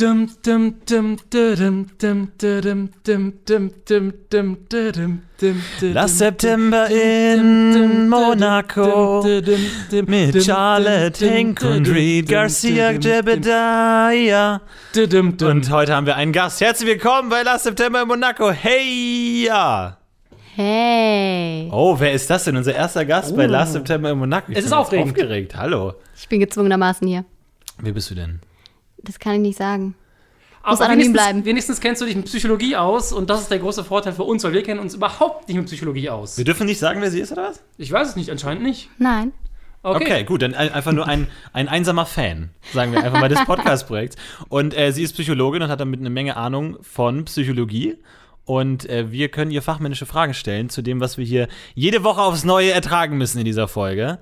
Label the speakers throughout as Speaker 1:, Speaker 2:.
Speaker 1: Dum, dum, dum, dum, dum, dum, dum, dum, dum, dum, dum, dum, dum,
Speaker 2: Das
Speaker 1: dum,
Speaker 2: September
Speaker 1: dum, dum, dum,
Speaker 2: in
Speaker 1: dum,
Speaker 2: Monaco
Speaker 1: dum, dum, dum,
Speaker 2: mit
Speaker 1: dum,
Speaker 2: Charlotte,
Speaker 1: dum,
Speaker 2: Hank
Speaker 1: dum,
Speaker 2: und
Speaker 1: dum,
Speaker 2: Reed
Speaker 1: dum,
Speaker 2: Garcia,
Speaker 1: dum, dum,
Speaker 2: Jebediah.
Speaker 1: dum, dum, dum.
Speaker 2: Und heute haben wir einen Gast. Herzlich willkommen bei Last September in Monaco. Hey! Ja.
Speaker 3: Hey.
Speaker 2: Oh, wer ist das denn? Unser erster Gast bei Last September in Monaco. Ich
Speaker 1: Es
Speaker 2: bin
Speaker 1: ist
Speaker 2: ganz
Speaker 1: aufregend.
Speaker 2: aufgeregt. Hallo.
Speaker 3: Ich bin gezwungenermaßen hier.
Speaker 2: Wer bist du denn?
Speaker 3: Das kann ich nicht sagen.
Speaker 1: Aber
Speaker 3: muss anonym
Speaker 1: wenigstens-
Speaker 3: bleiben.
Speaker 1: Wenigstens kennst du dich mit Psychologie aus und das ist der große Vorteil für uns, weil wir kennen uns überhaupt nicht mit Psychologie aus.
Speaker 2: Wir dürfen nicht sagen, wer sie ist, oder was?
Speaker 1: Ich weiß es nicht, anscheinend nicht.
Speaker 3: Nein.
Speaker 1: Okay.
Speaker 2: Okay, gut, dann ein- einfach nur ein, ein einsamer Fan, sagen wir einfach mal, des Podcast-Projekts. Und äh, sie ist Psychologin und hat damit eine Menge Ahnung von Psychologie. Und äh, wir können ihr fachmännische Fragen stellen zu dem, was wir hier jede Woche aufs Neue ertragen müssen in dieser Folge.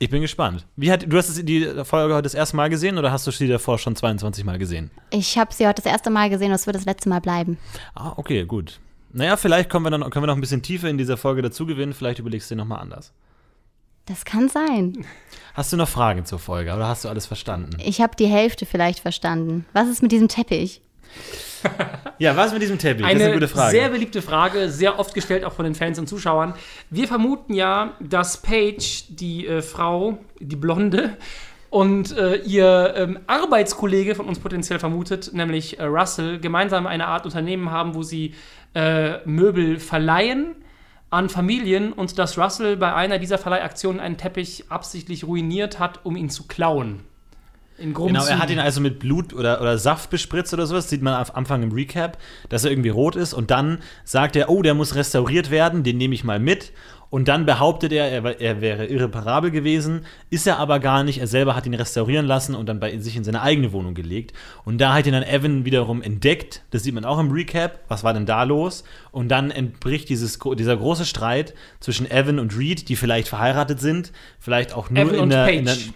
Speaker 2: Ich bin gespannt. Wie hat, du hast es- die Folge heute das erste Mal gesehen oder hast du sie davor schon 22 Mal gesehen?
Speaker 3: Ich habe sie heute das erste Mal gesehen und es wird das letzte Mal bleiben.
Speaker 2: Ah, okay, gut. Naja, vielleicht kommen wir dann, können wir noch ein bisschen Tiefe in dieser Folge dazu gewinnen. Vielleicht überlegst du dir nochmal anders.
Speaker 3: Das kann sein.
Speaker 2: Hast du noch Fragen zur Folge oder hast du alles verstanden?
Speaker 3: Ich habe die Hälfte vielleicht verstanden. Was ist mit diesem Teppich?
Speaker 2: Ja, was mit diesem Teppich?
Speaker 1: Eine,
Speaker 2: das ist eine gute Frage.
Speaker 1: sehr beliebte Frage, sehr oft gestellt auch von den Fans und Zuschauern. Wir vermuten ja, dass Paige, die äh, Frau, die Blonde, und äh, ihr ähm, Arbeitskollege von uns potenziell vermutet, nämlich äh, Russell, gemeinsam eine Art Unternehmen haben, wo sie äh, Möbel verleihen an Familien und dass Russell bei einer dieser Verleihaktionen einen Teppich absichtlich ruiniert hat, um ihn zu klauen. In groben
Speaker 2: Genau, er hat
Speaker 1: Zügen.
Speaker 2: ihn also mit Blut oder, oder Saft bespritzt oder sowas. Sieht man am Anfang im Recap, dass er irgendwie rot ist. Und dann sagt er, oh, der muss restauriert werden, den nehme ich mal mit. Und dann behauptet er, er, wär- er wäre irreparabel gewesen. Ist er aber gar nicht. Er selber hat ihn restaurieren lassen und dann bei sich in seine eigene Wohnung gelegt. Und da hat ihn dann Evan wiederum entdeckt. Das sieht man auch im Recap. Was war denn da los? Und dann entbricht dieses, gro- dieser große Streit zwischen Evan und Reed, die vielleicht verheiratet sind, vielleicht auch nur
Speaker 1: Evan
Speaker 2: in,
Speaker 1: und
Speaker 2: der, in der.
Speaker 1: Paige.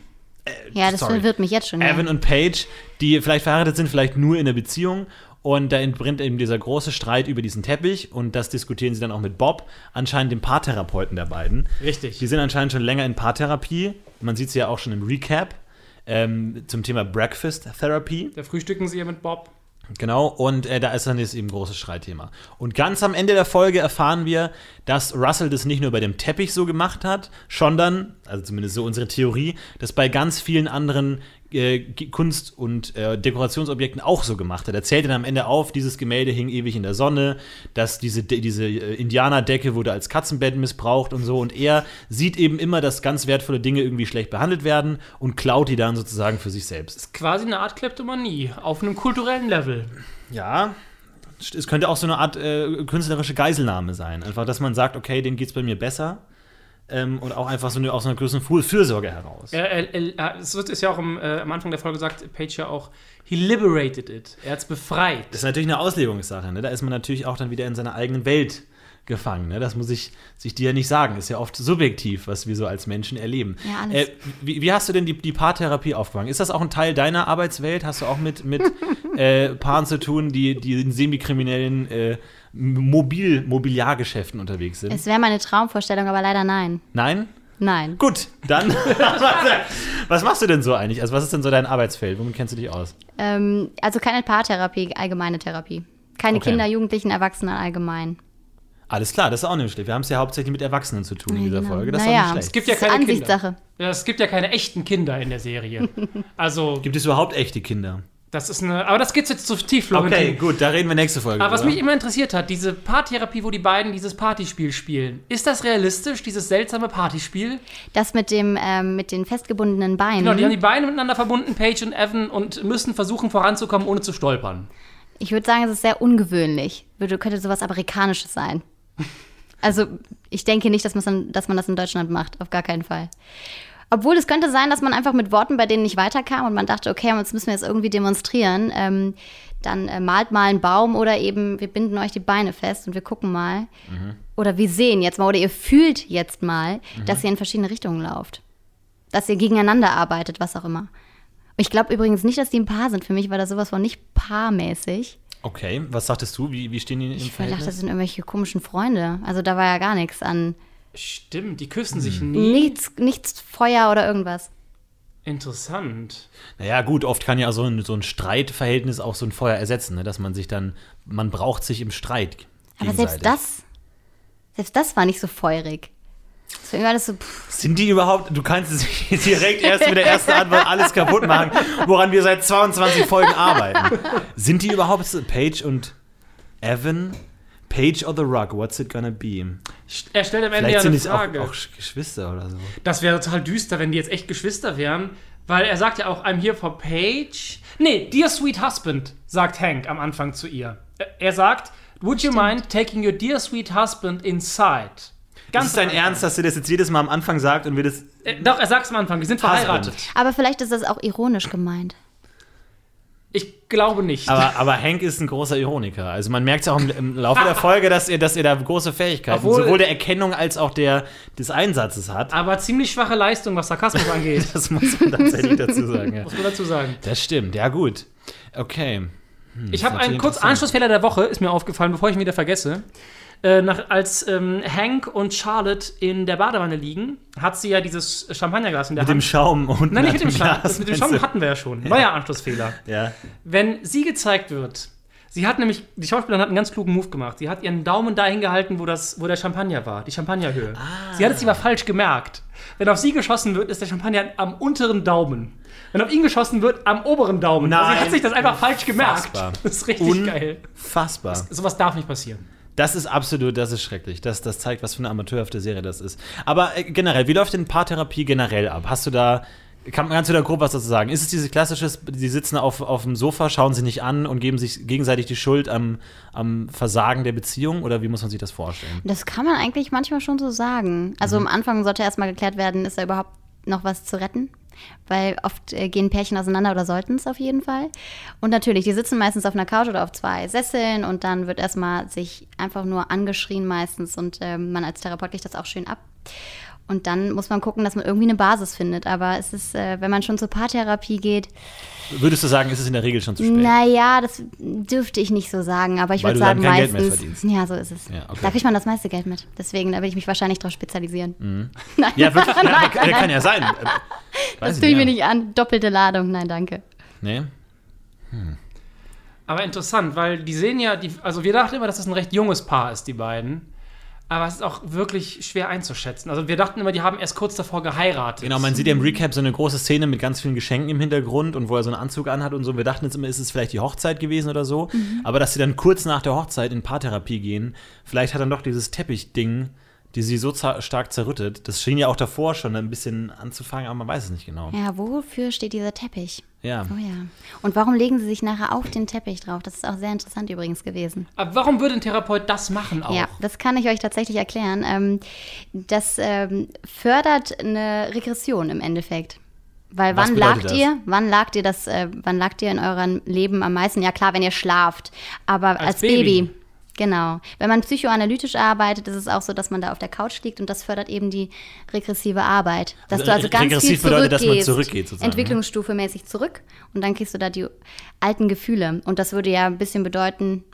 Speaker 3: Ja, das
Speaker 2: Sorry.
Speaker 3: verwirrt mich jetzt schon. ja.
Speaker 2: Evan und Paige, die vielleicht verheiratet sind, vielleicht nur in einer Beziehung. Und da entbrennt eben dieser große Streit über diesen Teppich. Und das diskutieren sie dann auch mit Bob, anscheinend dem Paartherapeuten der beiden.
Speaker 1: Richtig.
Speaker 2: Die sind anscheinend schon länger in Paartherapie. Man sieht sie ja auch schon im Recap ähm, zum Thema Breakfast Therapy.
Speaker 1: Da frühstücken sie ja mit Bob.
Speaker 2: Genau, und äh, da ist dann jetzt eben ein großes Streitthema. Und ganz am Ende der Folge erfahren wir, dass Russell das nicht nur bei dem Teppich so gemacht hat, sondern, also zumindest so unsere Theorie, das bei ganz vielen anderen äh, G- Kunst- und äh, Dekorationsobjekten auch so gemacht hat. Er zählt dann am Ende auf, dieses Gemälde hing ewig in der Sonne, dass diese, De diese äh, Indianerdecke wurde als Katzenbett missbraucht und so. Und er sieht eben immer, dass ganz wertvolle Dinge irgendwie schlecht behandelt werden und klaut die dann sozusagen für sich selbst.
Speaker 1: Quasi eine Art Kleptomanie auf einem kulturellen Level.
Speaker 2: Ja, es könnte auch so eine Art äh, künstlerische Geiselnahme sein. Einfach, dass man sagt, okay, denen geht's bei mir besser. Ähm, und auch einfach so eine, aus einer größeren Fu- Fürsorge heraus.
Speaker 1: Er, er, er, es wird ist ja auch im, äh, am Anfang der Folge gesagt, Page ja auch, he liberated it. Er hat es befreit.
Speaker 2: Das ist natürlich eine Auslegungssache. Ne? Da ist man natürlich auch dann wieder in seiner eigenen Welt gefangen. Ne? Das muss ich sich dir ja nicht sagen. Ist ja oft subjektiv, was wir so als Menschen erleben.
Speaker 3: Ja, alles.
Speaker 2: Äh, wie, wie hast du denn die, die Paartherapie aufgefangen? Ist das auch ein Teil deiner Arbeitswelt? Hast du auch mit, mit äh, Paaren zu tun, die, die in semi-kriminellen äh, Mobil Mobiliargeschäften unterwegs sind?
Speaker 3: Es wäre meine Traumvorstellung, aber leider nein.
Speaker 2: Nein?
Speaker 3: Nein.
Speaker 2: Gut, dann. was machst du denn so eigentlich? Also, was ist denn so dein Arbeitsfeld? Womit kennst du dich aus?
Speaker 3: Ähm, also keine Paartherapie, allgemeine Therapie. Keine
Speaker 2: Okay.
Speaker 3: Kinder, Jugendlichen, Erwachsenen allgemein.
Speaker 2: Alles klar, das ist auch nicht schlecht. Wir haben es ja hauptsächlich mit Erwachsenen zu tun in dieser
Speaker 3: Genau.
Speaker 2: Folge. Das ist
Speaker 3: Naja.
Speaker 2: auch nicht schlecht.
Speaker 1: gibt ja
Speaker 3: Das ist
Speaker 1: keine
Speaker 3: Ansichtssache.
Speaker 1: Ja, Es gibt ja keine echten Kinder in der Serie. Also,
Speaker 2: Gibt es überhaupt echte Kinder?
Speaker 1: das ist eine. Aber das geht's jetzt zu tief,
Speaker 2: Okay,
Speaker 1: Florentin.
Speaker 2: gut, da reden wir nächste Folge.
Speaker 1: Aber was
Speaker 2: drüber.
Speaker 1: mich immer interessiert hat, diese Paartherapie, wo die beiden dieses Partyspiel spielen, ist das realistisch, dieses seltsame Partyspiel?
Speaker 3: Das mit dem, ähm, mit den festgebundenen Beinen.
Speaker 1: Genau, die haben die Beine miteinander verbunden, Paige und Evan, und müssen versuchen voranzukommen, ohne zu stolpern.
Speaker 3: Ich würde sagen, es ist sehr ungewöhnlich. Würde, könnte sowas Amerikanisches sein. Also, ich denke nicht, dass, man's in- dass man das in Deutschland macht. Auf gar keinen Fall. Obwohl es könnte sein, dass man einfach mit Worten, bei denen nicht weiterkam und man dachte, okay, jetzt müssen wir jetzt irgendwie demonstrieren. Ähm, dann äh, malt mal einen Baum oder eben wir binden euch die Beine fest und wir gucken mal. Oder wir sehen jetzt mal oder ihr fühlt jetzt mal, dass ihr in verschiedene Richtungen lauft. Dass ihr gegeneinander arbeitet, was auch immer. Ich glaube übrigens nicht, dass die ein Paar sind. Für mich war das sowas von nicht paarmäßig.
Speaker 2: okay, was sagtest du? Wie, wie stehen die im
Speaker 3: Ich dachte, das
Speaker 2: Verhältnis?
Speaker 3: sind irgendwelche komischen Freunde. Also da war ja gar nichts an
Speaker 2: Hm.
Speaker 3: Mhm.
Speaker 1: Stimmt, die küssen sich nie.
Speaker 3: nichts, nichts Feuer oder irgendwas.
Speaker 1: Interessant.
Speaker 2: Naja, gut, oft kann ja so ein, so ein Streitverhältnis auch so ein Feuer ersetzen, ne? dass man sich dann, man braucht sich im Streit.
Speaker 3: Aber selbst
Speaker 2: gegenseitig.
Speaker 3: das, selbst das war nicht so feurig. Es war immer alles so, pff,
Speaker 2: Sind die überhaupt, du kannst es direkt erst mit der ersten Antwort alles kaputt machen, woran wir seit 22 Folgen arbeiten. Sind die überhaupt so, Paige und Evan? Paige or The Rock, what's it gonna be?
Speaker 1: St- Er stellt am Ende
Speaker 2: Vielleicht
Speaker 1: ja
Speaker 2: sind
Speaker 1: eine
Speaker 2: es auch,
Speaker 1: Frage.
Speaker 2: auch Geschwister oder so.
Speaker 1: Das wäre total düster, wenn die jetzt echt Geschwister wären, weil er sagt ja auch, I'm here for Paige. Nee, dear sweet husband, sagt Hank am Anfang zu ihr. Ä- Er sagt, would you mind taking your dear sweet husband inside?
Speaker 2: Ganz ist dein
Speaker 1: am
Speaker 2: Ernst, dass du das jetzt jedes Mal am Anfang sagst und wir das.
Speaker 1: Anfang. Äh, doch, er sagt es am Anfang, wir sind verheiratet.
Speaker 3: aber vielleicht ist das auch ironisch gemeint.
Speaker 1: Ich glaube nicht.
Speaker 2: Aber, aber Hank ist ein großer Ironiker. Also man merkt es auch im, im Laufe der Folge, dass ihr, dass ihr da große Fähigkeiten
Speaker 1: Obwohl-
Speaker 2: sowohl der Erkennung als auch der, des Einsatzes hat.
Speaker 1: Aber ziemlich schwache Leistung, was Sarkasmus angeht.
Speaker 2: Das muss man tatsächlich dazu sagen. Ja.
Speaker 1: Muss man dazu sagen.
Speaker 2: Das stimmt, ja gut. Okay.
Speaker 1: Ich habe einen
Speaker 2: natürlich
Speaker 1: kurz
Speaker 2: interessant.
Speaker 1: Anschlussfehler der Woche, ist mir aufgefallen, bevor ich ihn wieder vergesse. Äh, nach, als ähm, Hank und Charlotte in der Badewanne liegen, hat sie ja dieses Champagnerglas in der
Speaker 2: Mit dem
Speaker 1: Hand.
Speaker 2: Schaum und
Speaker 1: Nein, nicht mit dem Schaum.
Speaker 2: Glas,
Speaker 1: Das mit dem
Speaker 2: meinst
Speaker 1: Schaum
Speaker 2: du?
Speaker 1: hatten wir ja schon. Neuer Anschlussfehler.
Speaker 2: Ja.
Speaker 1: Wenn sie gezeigt wird, sie hat nämlich, die Schauspielerin hat einen ganz klugen Move gemacht. Sie hat ihren Daumen dahin gehalten, wo, das, wo der Champagner war, die Champagnerhöhe.
Speaker 2: Ah.
Speaker 1: Sie hat es aber falsch gemerkt. Wenn auf sie geschossen wird, ist der Champagner am unteren Daumen. Wenn auf ihn geschossen wird, am oberen Daumen. Also
Speaker 2: Nein.
Speaker 1: sie hat sich das einfach falsch gemerkt.
Speaker 2: Unfassbar.
Speaker 1: Das ist richtig geil.
Speaker 2: Unfassbar.
Speaker 1: Sowas darf nicht passieren.
Speaker 2: Das ist absolut, das ist schrecklich. Das, das zeigt, was für eine amateurhafte Serie das ist. Aber äh, generell, wie läuft denn Paartherapie generell ab? Hast du da, kann, kannst du da grob was dazu sagen? Ist es dieses klassische, die sitzen auf, auf dem Sofa, schauen sich nicht an und geben sich gegenseitig die Schuld am, am Versagen der Beziehung? Oder wie muss man sich das vorstellen?
Speaker 3: Das kann man eigentlich manchmal schon so sagen. Also am Anfang sollte erstmal geklärt werden, ist da überhaupt noch was zu retten? Weil oft äh, gehen Pärchen auseinander oder sollten es auf jeden Fall. Und natürlich, die sitzen meistens auf einer Couch oder auf zwei Sesseln und dann wird erstmal sich einfach nur angeschrien meistens und ähm, man als Therapeut legt das auch schön ab. Und dann muss man gucken, dass man irgendwie eine Basis findet. Aber es ist, äh, wenn man schon zur Paartherapie geht,
Speaker 2: Würdest du sagen, ist es in der Regel schon zu spät?
Speaker 3: naja, das dürfte ich nicht so sagen, aber ich
Speaker 2: Weil
Speaker 3: würde
Speaker 2: du dann
Speaker 3: sagen,
Speaker 2: kein Geld mehr
Speaker 3: meistens.
Speaker 2: verdienst.
Speaker 3: ja, so ist es.
Speaker 2: Ja, okay.
Speaker 3: Da kriegt man das meiste Geld mit. Deswegen, da will ich mich wahrscheinlich drauf spezialisieren.
Speaker 2: Mhm. Ja, wirklich, nein, aber der kann ja sein. Äh,
Speaker 3: Das
Speaker 2: weiß
Speaker 3: tue ich mir
Speaker 2: ja.
Speaker 3: nicht an. Doppelte Ladung, nein, danke.
Speaker 2: Nee?
Speaker 1: Aber interessant, weil die sehen ja, die, also wir dachten immer, dass das ein recht junges Paar ist, die beiden. Aber es ist auch wirklich schwer einzuschätzen. Also wir dachten immer, die haben erst kurz davor geheiratet.
Speaker 2: Genau, man sieht ja im Recap so eine große Szene mit ganz vielen Geschenken im Hintergrund und wo er so einen Anzug anhat und so. Wir dachten jetzt immer, ist es vielleicht die Hochzeit gewesen oder so. Aber dass sie dann kurz nach der Hochzeit in Paartherapie gehen, vielleicht hat dann doch dieses Teppichding, die sie so za- stark zerrüttet. Das schien ja auch davor schon ein bisschen anzufangen, aber man weiß es nicht genau.
Speaker 3: Ja, wofür steht dieser Teppich?
Speaker 2: Ja.
Speaker 3: Oh ja. Und warum legen sie sich nachher auf den Teppich drauf? Das ist auch sehr interessant übrigens gewesen.
Speaker 1: Aber warum würde ein Therapeut das machen auch?
Speaker 3: Ja, das kann ich euch tatsächlich erklären. Ähm, das ähm, fördert eine Regression im Endeffekt. Weil
Speaker 2: Was
Speaker 3: wann
Speaker 2: bedeutet
Speaker 3: lagt
Speaker 2: das?
Speaker 3: ihr, wann lagt ihr das, äh, wann lagt ihr in eurem Leben am meisten? Ja klar, wenn ihr schlaft, aber als,
Speaker 1: Baby.
Speaker 3: Baby. Genau. Wenn man psychoanalytisch arbeitet, ist es auch so, dass man da auf der Couch liegt und das fördert eben die regressive Arbeit. Dass
Speaker 2: Also
Speaker 3: du also
Speaker 2: re-
Speaker 3: ganz viel
Speaker 2: regressiv bedeutet, dass man
Speaker 3: zurückgehst,
Speaker 2: zurückgeht sozusagen, ne?
Speaker 3: Entwicklungsstufe mäßig zurück und dann kriegst du da die alten Gefühle. Und das würde ja ein bisschen bedeuten,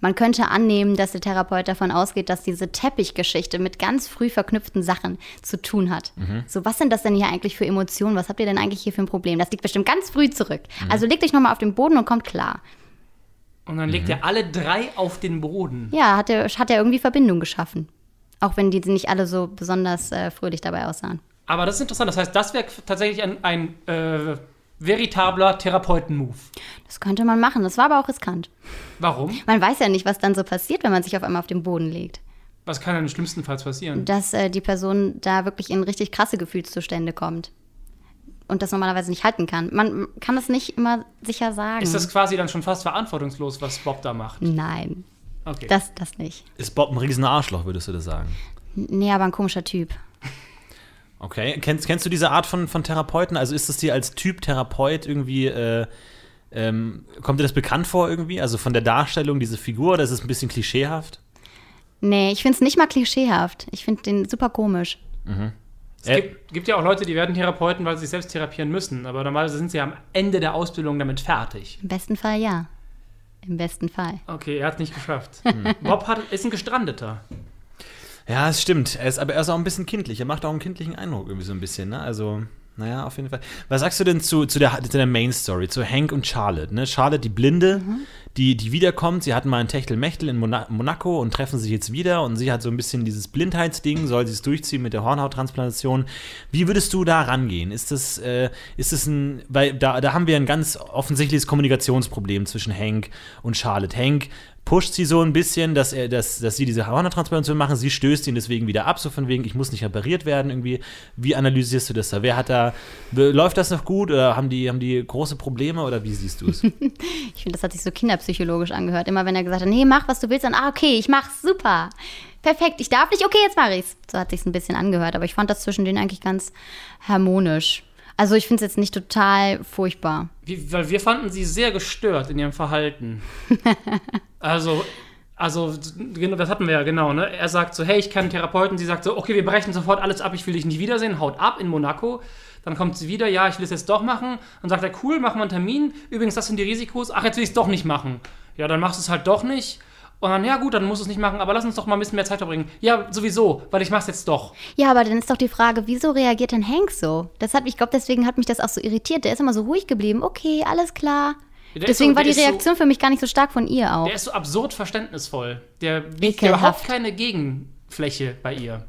Speaker 3: man könnte annehmen, dass der Therapeut davon ausgeht, dass diese Teppichgeschichte mit ganz früh verknüpften Sachen zu tun hat.
Speaker 2: Mhm.
Speaker 3: So, was sind das denn hier eigentlich für Emotionen? Was habt ihr denn eigentlich hier für ein Problem? Das liegt bestimmt ganz früh zurück.
Speaker 2: Mhm.
Speaker 3: Also legt euch nochmal auf den Boden und kommt klar.
Speaker 1: Und dann
Speaker 2: Mhm.
Speaker 1: legt er alle drei auf den Boden.
Speaker 3: Ja, hat er, hat er irgendwie Verbindung geschaffen. Auch wenn die nicht alle so besonders äh, fröhlich dabei aussahen.
Speaker 1: Aber das ist interessant. Das heißt, das wäre tatsächlich ein, ein äh, veritabler Therapeuten-Move.
Speaker 3: Das könnte man machen. Das war aber auch riskant.
Speaker 1: Warum?
Speaker 3: Man weiß ja nicht, was dann so passiert, wenn man sich auf einmal auf den Boden legt.
Speaker 1: Was kann denn schlimmstenfalls passieren?
Speaker 3: Dass äh, die Person da wirklich in richtig krasse Gefühlszustände kommt. Und das normalerweise nicht halten kann. Man kann das nicht immer sicher sagen.
Speaker 1: Ist das quasi dann schon fast verantwortungslos, was Bob da macht?
Speaker 3: Nein,
Speaker 1: Okay.
Speaker 3: das, das nicht.
Speaker 2: Ist Bob ein riesen Arschloch, würdest du das sagen?
Speaker 3: Nee, aber ein komischer Typ.
Speaker 2: Okay, kennst, kennst du diese Art von, von Therapeuten? Also ist das dir als Typ Therapeut irgendwie, äh, ähm, kommt dir das bekannt vor irgendwie? Also von der Darstellung, diese Figur, das ist ein bisschen klischeehaft?
Speaker 3: Nee, ich finde es nicht mal klischeehaft. Ich finde den super komisch.
Speaker 1: Es
Speaker 2: Äh,
Speaker 1: gibt, gibt ja auch Leute, die werden Therapeuten, weil sie sich selbst therapieren müssen. Aber normalerweise sind sie am Ende der Ausbildung damit fertig.
Speaker 3: Im besten Fall ja. Im besten Fall.
Speaker 1: Okay, er hat es nicht geschafft. Bob hat, ist ein Gestrandeter.
Speaker 2: Ja, es stimmt. Er ist, aber er ist auch ein bisschen kindlich. Er macht auch einen kindlichen Eindruck irgendwie so ein bisschen, ne? Also, Naja, auf jeden Fall. Was sagst du denn zu, zu, der, zu der Main Story, zu Hank und Charlotte? Ne? Charlotte, die Blinde, die, die wiederkommt. Sie hatten mal ein Techtelmechtel in Mona Monaco und treffen sich jetzt wieder. Und sie hat so ein bisschen dieses Blindheitsding, soll sie es durchziehen mit der Hornhauttransplantation. Wie würdest du da rangehen? Ist das, äh, ist das ein, weil da, da haben wir ein ganz offensichtliches Kommunikationsproblem zwischen Hank und Charlotte. Hank pusht sie so ein bisschen, dass er, dass, dass sie diese Hornertransplantation machen. Sie stößt ihn deswegen wieder ab, so von wegen, ich muss nicht repariert werden irgendwie. Wie analysierst du das da? Wer hat da, läuft das noch gut oder haben die, haben die große Probleme oder wie siehst du es?
Speaker 3: Ich finde, das hat sich so kinderpsychologisch angehört. Immer wenn er gesagt hat, nee, mach, was du willst, dann, ah, okay, ich mach's, super. Perfekt, ich darf nicht, okay, jetzt mach ich's. So hat sich's ein bisschen angehört, aber ich fand das zwischen denen eigentlich ganz harmonisch. Also ich finde es jetzt nicht total furchtbar.
Speaker 1: Wir, weil wir fanden sie sehr gestört in ihrem Verhalten. also, also, genau, das hatten wir ja genau, ne? Er sagt so, hey, ich kann einen Therapeuten. Sie sagt so, okay, wir brechen sofort alles ab, ich will dich nicht wiedersehen. Haut ab in Monaco. Dann kommt sie wieder, ja, ich will es jetzt doch machen. Dann sagt er, cool, machen wir einen Termin. Übrigens, das sind die Risikos. Ach, jetzt will ich es doch nicht machen. Ja, dann machst du es halt doch nicht. Und dann, ja gut, dann musst du es nicht machen, aber lass uns doch mal ein bisschen mehr Zeit verbringen. Ja, sowieso, weil ich mach's jetzt doch.
Speaker 3: Ja, aber dann ist doch die Frage, wieso reagiert denn Hank so? Das hat, ich glaube, deswegen hat mich das auch so irritiert. Der ist immer so ruhig geblieben. Okay, alles klar.
Speaker 1: Ja, der ist
Speaker 3: deswegen
Speaker 1: so-
Speaker 3: war die
Speaker 1: der ist so-
Speaker 3: Reaktion für mich gar nicht so stark von ihr auch.
Speaker 1: Der ist so absurd verständnisvoll. Der bietet
Speaker 3: Oh. Ekelhaft.
Speaker 1: überhaupt keine Gegenfläche bei ihr.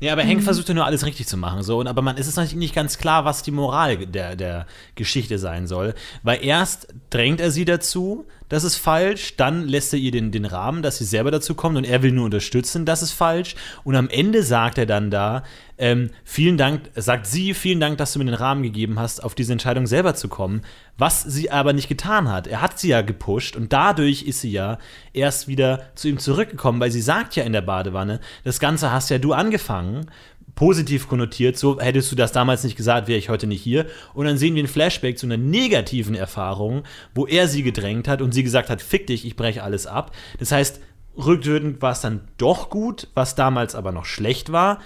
Speaker 2: Ja, aber Hank versucht ja nur alles richtig zu machen. So, und, aber man es ist natürlich nicht ganz klar, was die Moral der, der Geschichte sein soll. Weil erst drängt er sie dazu, das ist falsch, dann lässt er ihr den, den Rahmen, dass sie selber dazu kommt und er will nur unterstützen, das ist falsch. Und am Ende sagt er dann da, ähm, vielen Dank, sagt sie, vielen Dank, dass du mir den Rahmen gegeben hast, auf diese Entscheidung selber zu kommen. Was sie aber nicht getan hat. Er hat sie ja gepusht und dadurch ist sie ja erst wieder zu ihm zurückgekommen, weil sie sagt ja in der Badewanne, das Ganze hast ja du angefangen, positiv konnotiert, so hättest du das damals nicht gesagt, wäre ich heute nicht hier. Und dann sehen wir einen Flashback zu einer negativen Erfahrung, wo er sie gedrängt hat und sie gesagt hat, fick dich, ich breche alles ab. Das heißt, rückwirkend war es dann doch gut, was damals aber noch schlecht war,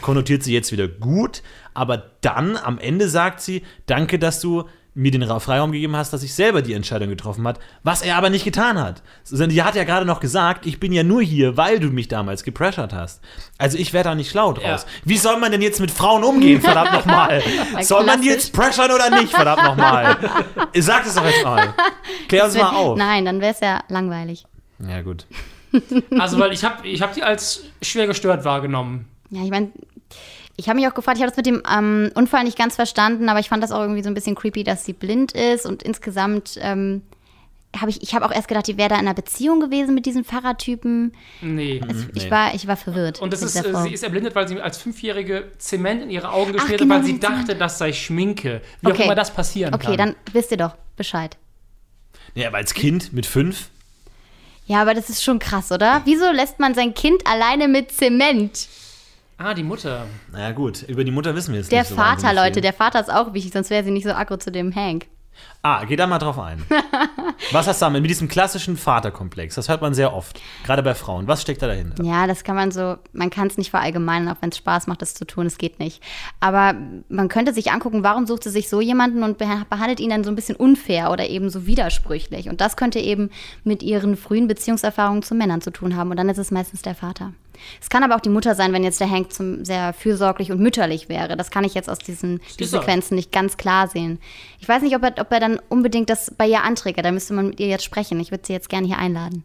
Speaker 2: konnotiert sie jetzt wieder gut, aber dann am Ende sagt sie, danke, dass du mir den Ra- Freiraum gegeben hast, dass ich selber die Entscheidung getroffen hat, was er aber nicht getan hat. Sondern die hat ja gerade noch gesagt, ich bin ja nur hier, weil du mich damals gepressured hast. Also ich werde da nicht schlau draus.
Speaker 1: Ja.
Speaker 2: Wie soll man denn jetzt mit Frauen umgehen, verdammt nochmal? soll man die jetzt pressuren oder nicht, verdammt nochmal? Sag es doch jetzt mal. Klär uns mal auf.
Speaker 3: Nein, dann wäre es ja langweilig.
Speaker 2: Ja gut.
Speaker 1: Also, weil ich habe ich hab die als schwer gestört wahrgenommen.
Speaker 3: Ja, ich meine, ich habe mich auch gefragt, ich habe das mit dem ähm, Unfall nicht ganz verstanden, aber ich fand das auch irgendwie so ein bisschen creepy, dass sie blind ist und insgesamt ähm, habe ich, ich habe auch erst gedacht, die wäre da in einer Beziehung gewesen mit diesen Fahrradtypen.
Speaker 1: Nee.
Speaker 3: Ich,
Speaker 2: Mhm, nee.
Speaker 3: war, ich war verwirrt.
Speaker 1: Und das
Speaker 3: mit
Speaker 1: ist,
Speaker 3: dieser
Speaker 1: äh,
Speaker 3: Frau.
Speaker 1: sie ist erblindet, weil sie als Fünfjährige Zement in ihre Augen geschmiert
Speaker 3: genau,
Speaker 1: hat, weil sie
Speaker 3: mit Zement.
Speaker 1: dachte, das sei Schminke. Wie auch
Speaker 3: Okay.
Speaker 1: immer das passieren kann.
Speaker 3: Okay, dann wisst ihr doch Bescheid.
Speaker 2: Ja, aber als Kind mit fünf,
Speaker 3: Ja, aber das ist schon krass, oder? Wieso lässt man sein Kind alleine mit Zement?
Speaker 1: Ah, die Mutter.
Speaker 2: naja gut, über die Mutter wissen wir jetzt
Speaker 3: Der
Speaker 2: nicht so
Speaker 3: Vater,
Speaker 2: wahnsinnig viel.
Speaker 3: Leute, der Vater ist auch wichtig, sonst wäre sie nicht so aggro zu dem Hank.
Speaker 2: Ah, geh da mal drauf ein. Was hast du damit? Mit diesem klassischen Vaterkomplex. Das hört man sehr oft. Gerade bei Frauen. Was steckt da dahinter?
Speaker 3: Ja, das kann man so, man kann es nicht verallgemeinern, auch wenn es Spaß macht, das zu tun, es geht nicht. Aber man könnte sich angucken, warum sucht sie sich so jemanden und beha- behandelt ihn dann so ein bisschen unfair oder eben so widersprüchlich. Und das könnte eben mit ihren frühen Beziehungserfahrungen zu Männern zu tun haben. Und dann ist es meistens der Vater. Es kann aber auch die Mutter sein, wenn jetzt der Hank zum, sehr fürsorglich und mütterlich wäre. Das kann ich jetzt aus diesen, diesen
Speaker 1: Stimmt.
Speaker 3: Sequenzen nicht ganz klar sehen. Ich weiß nicht, ob er, ob er dann unbedingt das bei ihr anträgt. Da müsste man mit ihr jetzt sprechen. Ich würde sie jetzt gerne hier einladen.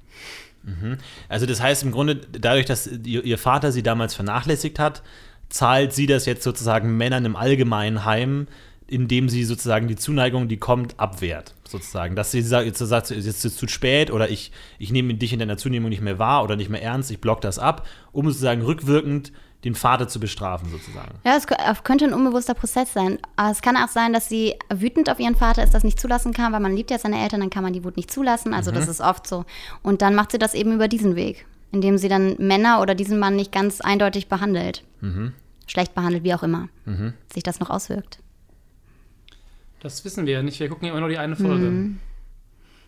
Speaker 2: Also, das heißt im Grunde, dadurch, dass ihr ihr Vater sie damals vernachlässigt hat, zahlt sie das jetzt sozusagen Männern im Allgemeinen heim, indem sie sozusagen die Zuneigung, die kommt, abwehrt. Sozusagen. Dass sie sagt, jetzt sagt, sie, jetzt ist es zu spät oder ich, ich nehme dich in deiner Zunehmung nicht mehr wahr oder nicht mehr ernst, ich block das ab, um sozusagen rückwirkend den Vater zu bestrafen, sozusagen.
Speaker 3: Ja, es kö- äh, könnte ein unbewusster Prozess sein. Aber es kann auch sein, dass sie wütend auf ihren Vater ist, das nicht zulassen kann, weil man liebt ja seine Eltern, dann kann man die Wut nicht zulassen. Also das ist oft so. Und dann macht sie das eben über diesen Weg, indem sie dann Männer oder diesen Mann nicht ganz eindeutig behandelt. Schlecht behandelt, wie auch immer. Sich das noch auswirkt.
Speaker 1: Das wissen wir ja nicht. Wir gucken ja immer nur die eine Folge.
Speaker 3: Hm.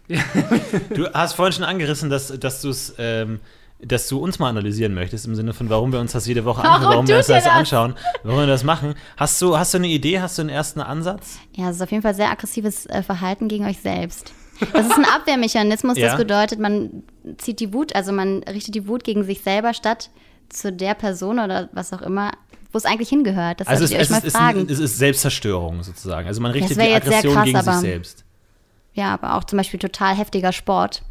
Speaker 2: Du hast vorhin schon angerissen, dass, dass du es. Ähm, dass du uns mal analysieren möchtest, im Sinne von, warum wir uns das jede Woche anschauen,
Speaker 3: Warum
Speaker 2: warum wir uns
Speaker 3: tut ihr
Speaker 2: das,
Speaker 3: das?
Speaker 2: anschauen, warum wir das machen. Hast du, hast du eine Idee, hast du einen ersten Ansatz?
Speaker 3: Ja, es ist auf jeden Fall sehr aggressives äh, Verhalten gegen euch selbst. Das ist ein Abwehrmechanismus,
Speaker 2: Ja.
Speaker 3: das bedeutet, man zieht die Wut, also man richtet die Wut gegen sich selber statt zu der Person oder was auch immer, wo es eigentlich hingehört. Das
Speaker 2: Also es,
Speaker 3: solltet
Speaker 2: es,
Speaker 3: ihr euch mal
Speaker 2: ist, es,
Speaker 3: fragen.
Speaker 2: ist, es ist Selbstzerstörung sozusagen. Also man richtet
Speaker 3: wär
Speaker 2: die
Speaker 3: jetzt sehr
Speaker 2: Aggression
Speaker 3: krass,
Speaker 2: gegen sich
Speaker 3: aber-
Speaker 2: selbst.
Speaker 3: ja, aber auch zum Beispiel total heftiger Sport